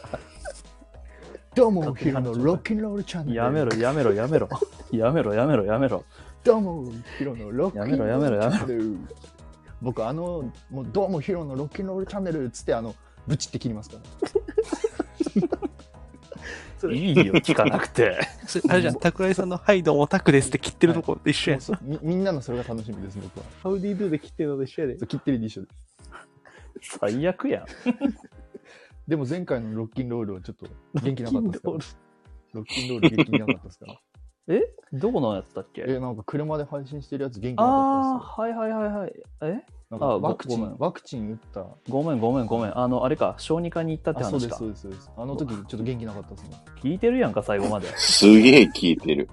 C: どうも、ヒロのロッキンロールチャンネル。
D: やめろ、やめろ、やめろ。やめろ、やめろ、やめろ。
C: どうも、ヒロのロッキンロ
D: やめろやめろや
C: ール
D: めろ
C: チャンネル。僕、あの、もう、どうも、ヒロのロッキンロールチャンネルっつって、あの、ブチって切りますから。
D: いいよ、聞かなく て。
F: あれじゃん、桜井さんのハイドンオタクですって切ってるとこ一緒やん。
C: そうみみんなのそれが楽しみです、僕は。
B: ハウディドゥで切ってるのと一緒やで
C: そう切ってるで一緒です。
D: 最悪やん。
C: でも、前回のロッキンロールはちょっと元気なかったですから。ロッキンロール元気なかったです から。
D: えどこのやつだっけ
C: え、なんか車で配信してるやつ元気なかったです
D: ああ、はいはいはいはい。え
C: よ。なん
D: あ
C: か
D: ーご
C: ワクチ
D: ごめ
C: ン、
D: ん
C: ワクチン打った。
D: ごめんごめんごめん。あの、あれか、小児科に行ったって
C: あそうで
D: 話
C: す、
D: か
C: そ。うです、そうです。あの時、ちょっと元気なかったですね。
D: 聞いてるやんか、最後ま で。
A: すげえ聞いてる。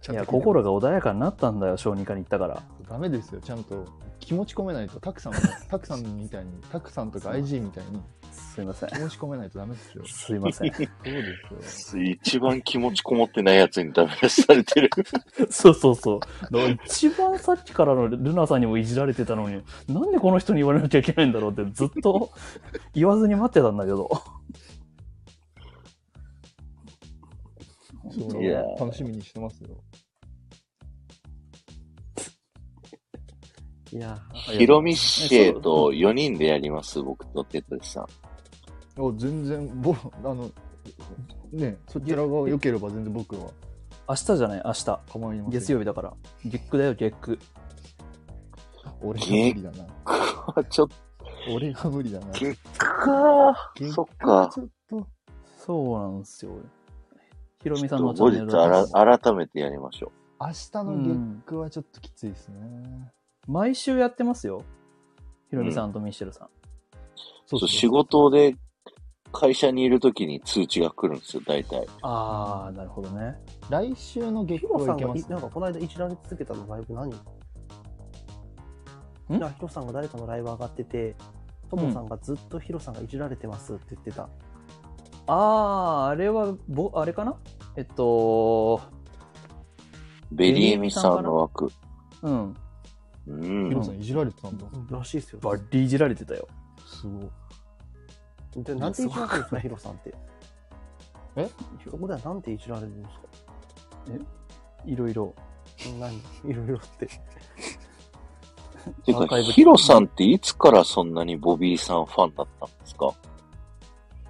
C: ちゃんと聞
D: いや、
C: て
D: 心が穏やかになったんだよ、小児科に行ったから。
C: ダメですよ、ちゃんと気持ち込めないと、たくさん、たくさんみたいに、たくさんとか IG みたいに
D: すいません。
C: 気持ち込めないとダメですよ。そ
D: すいません。
C: うですよ。
A: 一番気持ちこもってないやつにダメ出しされて る。
D: そうそうそう。だから一番さっきからのルナさんにもいじられてたのに、なんでこの人に言われなきゃいけないんだろうってずっと 言わずに待ってたんだけど。
C: そう
A: いや
C: 楽しみにしてますよ。
B: いや
A: ヒロミシェと4人でやります、僕とテトリ さん。
C: あ全然、ぼあの、ね、そちらが良ければ全然僕は
D: 明日じゃない、明日。
C: 構いません。
D: 月曜日だから。ゲックだよ、ゲック。
C: 俺が無理だな。
A: ちょっ
C: 俺が無理だな。
A: 結果
C: 結
A: そ
C: 果
A: っか
C: ち。ょっと。
D: そうなんですよ。ヒロミさんのチャ
A: 後
D: ンネ
A: 日
D: ル
A: あ
D: だ
A: ら
D: と
A: 改めてやりましょ
C: 明日の月9はちょっときついですね。
D: 毎週やってますよ。ヒロミさんとミッシェルさん。
A: う。
C: そ
A: そう
C: う
A: 仕事で会社にいるときに通知が来るんですよ、大体。
D: ああ、なるほどね。
C: 来週の月
B: ヒ
C: 9
B: ロさん
C: はいけ
B: が
C: ま
B: い
C: す、
B: なん
C: ね
B: か。この間いじられ続けたのライブ何
D: ん
B: なヒロさんが誰かのライブ上がっててトモさんがずっとヒロさんがいじられてますって言ってた、
D: ああ、あれは、ぼ、あれかなえっと、
A: ベリエミさんの枠。
D: うん。
A: う
C: ヒ
A: ん
C: ロ。さんいじられてたんだ。
B: らしいですよ
D: バッリいじられてたよ。
C: すごい。
B: でなんていじられてるんですかヒロさんって
C: え
B: そこではなんていじられるんですか
D: いろいろ。
B: 何いろいろって
A: て
D: アーカ
A: か、
D: イブ
A: ヒロさんっていつからそんなにボビーさんファンだったんですか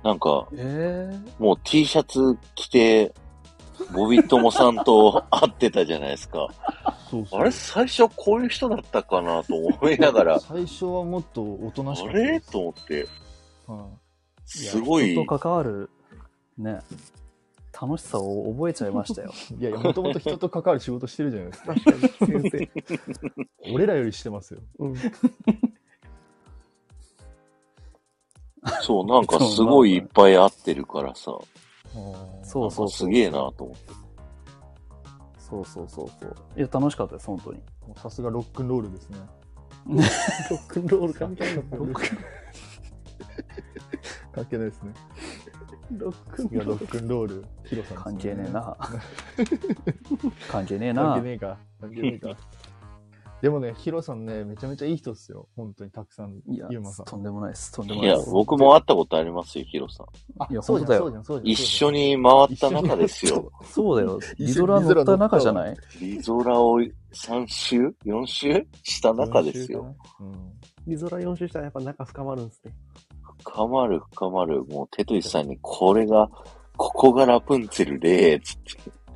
A: なんか、
D: ええ
A: もう T シャツ着て、ボビットモさんと会ってたじゃないですか。
D: そうそう
A: あれ、最初こういう人だったかなと思いなが ら、
C: 最初はもっとおとなし
A: あ
C: く
A: れと思って、
C: は
A: すごい、
D: 人と関わる、ね、楽しさを覚えちゃいましたよ。
C: い、いやいやもともと人と関わる仕事してるじゃないですか
E: 確かに先生。
C: 俺らよりしてますよ
E: うん。
A: そう、 なんかすごいいっぱい会ってるからさ、
D: そう
A: な
D: そ
A: ん
D: う
A: か
D: そ
A: す
D: う。
A: げえなと思って。
D: そうそうそうそう。いや、楽しかったです、本当に。
C: もうさすがロックンロールですね
E: ロックンロール関係なかった
C: ロック関係ないですね
E: ロックン
C: いやロ
E: ロール。
C: ックンロールヒロさん
D: 関
C: です
D: 係
C: よ
D: ねえな。関係ねえ
C: 関係
D: な。
C: ねえか関係ねえかでもねヒロさんねめちゃめちゃいい人っすよ本当にたくさん
D: いや
C: ユーマさ、ん
D: とんでもないです。とんでも
A: い
D: ない
A: や
D: で、す。
A: 僕も会ったことありますよ、ヒロさん。
C: あ
D: いや
C: そうじゃんそ
D: 本当
C: うじゃんそうじゃん
A: 一緒に回った中ですよ。
D: そうだよ。リ
C: 一緒
D: ゾ
C: に
D: ラ
C: リゾラ
D: 乗
C: 乗
D: っ
C: った
D: た
C: わ
D: 中じゃない
A: リゾラを3週 ?4 週した中ですよ。、
C: そうじゃん
E: リゾラ4周したらやっぱ仲深まるんですね。
A: 深まる深まる。もう、テトリスさんに、これが、ここがラプンツェルで、つっ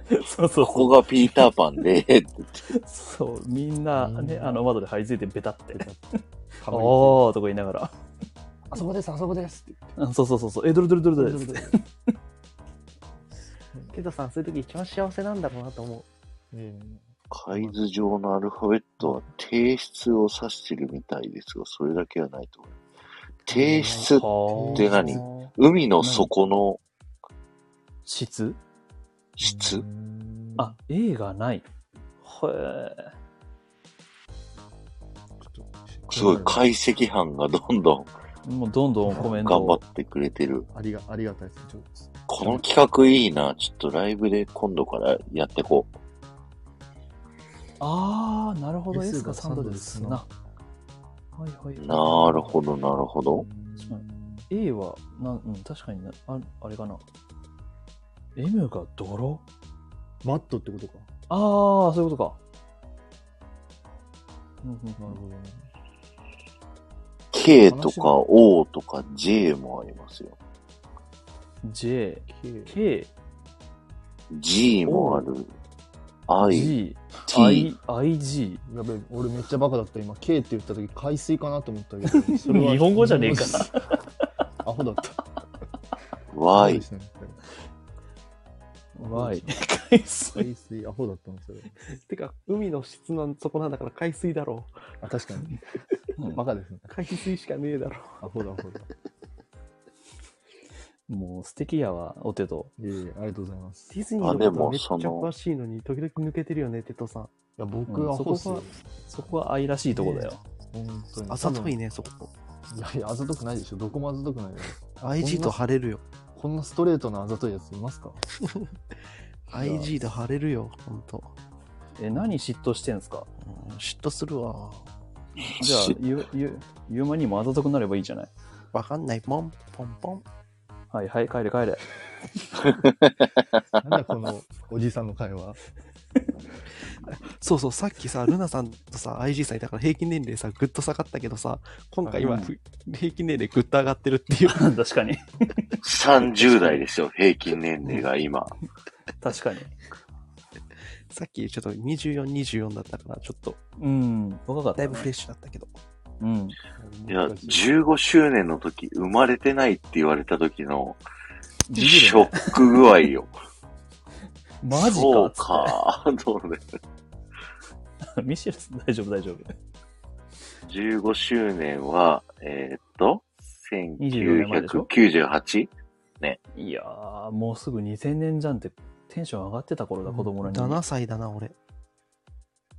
A: て、
D: そうそう
A: ここがピーターパンで、って
D: そう、みんな、
C: みん
D: ね、
C: な
D: あの窓で這いついてベタって。
C: かぶりついて
D: おーとか言いながら。
E: あそこです、あそこですって。
D: うんそうそうそうそう。え、どれどれどれどれどれ
E: ケンタさん、そういう時一番幸せなんだろうなと思
C: え
A: 海図上のアルファベットは提出を指してるみたいですが、それだけはないと思います。提出っ
D: は
A: て
D: ー
A: 何海の底の
D: 質
A: 質
D: あ、A がない。へえ。
A: すごい解析班がどんどん
D: もうどんどんコメント
A: 頑張
D: を
A: ってくれてる。
C: ありがありがたいですちょっと
A: この企画いいな。ちょっとライブで今度からやってこう。
D: ああ、なるほど。
C: レス
D: S
C: が
D: がサンドですな。
C: サ
D: はいはい
A: な
D: は
A: るほど、なるほど。
D: い。A は、なんうん、確かになあ、あれかな。M が泥
C: マットってことか
D: ああ、そういうことか。うんうん
C: なるほどね
A: K とか O とか J もありますよ。
D: うん J、
C: K
D: K、
A: G もある。I、
D: G、
A: T
D: I、IG。
C: やべえ俺めっちゃバカだった今 K って言った時海水かなと思ったけどそれは
D: 日本語じゃねえか
C: アホだったアホ
A: Y
C: で、したね
D: Y。海水
C: 海水アホだったのそれ
E: う。てか、海の質の底なんだから海水だろう。
C: あ確かに
D: うん
C: バカですね
E: 海水しかねえだろう。
C: アホだアホだ
D: もう素敵やわ、お手と。
C: いえいえありがとうございます
E: ディズニーのことめっちゃ詳しいのに、時々抜けてるよね、テトさん。
C: いや、僕
D: うん
C: アホっす
D: そ
C: よ
D: こが。そこは愛らしいとこだよ。
C: 本当に。
E: あざといね、そこ。
C: 多分。いやいや、あざとくないでしょ。どこもあざとくないよ。
E: IG と晴れるよ。
C: こんなストレートなあざといやついます か
E: IG と晴れるよ、ほんと。
D: え、何嫉妬してんすか
E: うん嫉妬するわ。
D: じゃあ
A: し、
D: ゆ、ゆ、ゆうまにもあざとくなればいいじゃない。
E: わかんない。ポン、ポンポン。
D: はいはい、帰れ帰れ。
C: なんだこのおじさんの会話。
E: そうそう、さっきさ、ルナさんとさ、IG さんいたから平均年齢さ、ぐっと下がったけどさ、今回今、
D: うん
E: ふ平均年齢ぐっと上がってるっていう。
D: 確かに。
A: 30代ですよ、平均年齢が今。
D: 確かに。
E: さっきちょっと24、24だったから、ちょっと、
D: うん、若かった、
E: だ
D: ね。
E: いぶフレッシュだったけど。
D: うん。
A: いや、15周年の時、生まれてないって言われた時の、
D: ビビ
A: シ
D: るね
A: ョック具合よ。
D: マジ
A: そう
D: かっ
A: か。 どうね
D: つ って。ミシェルさん大丈夫大丈夫。
A: 15周年は、えーっと、
D: 24年前でしょ
A: 1998?
D: いやー、もうすぐ2000年じゃんってテンション上がってた頃だ、子供らに。
E: 7歳だな、俺。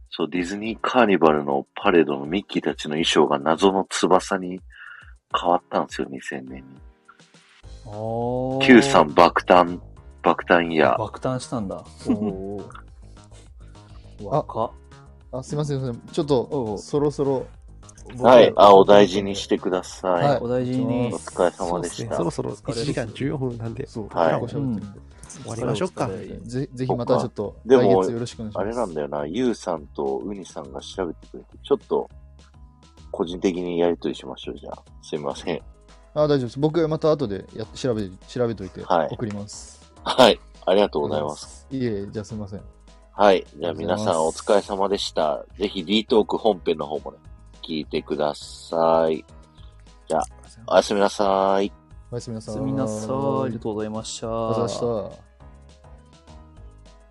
A: そう、ディズニーカーニバルのパレードのミッキーたちの衣装が謎の翼に変わったんですよ、2000年に。
D: おー。
A: 93爆誕、爆誕イヤー。
D: 爆誕したんだ。おおー。若っ。
C: あ、すいません、すいません。ちょっ
D: おうお
C: と、
D: う
C: そろそろ。
A: はい、あ、お大事に
C: し
A: してください。
C: はい
D: お大事に
A: お。疲れ様で
E: そうっす
A: し
E: ね
A: た。
E: そろそろ
D: 疲れ
E: 1時間14分なんで、
C: そう、
A: はい
C: 結構喋ってるんで
E: 終わりましょうか。
D: お疲れ
C: ぜぜひまたちょっと、
A: でも
C: 来月よろしくお願いしま
A: あ
C: す。
A: れなんだよな、ゆうさんとうにさんが調べてくれて、ちょっと、個人的にやりとりしましょう、じゃあ。すいません。
C: あ、大丈夫です。僕、また後でやっ調べて、調べといて
A: はい、
C: 送ります。
A: はい。ありがとうございます。
C: す。いえいえ、じゃあすみません。
A: はい。じゃあ皆さんお疲れ様でした。ぜひ D トーク本編の方もね、聞いてください。おやすみなさい。
C: おやすみなさ
D: お
C: い。
D: やすみなさい。ありがとうございました。
C: ありがとうございました。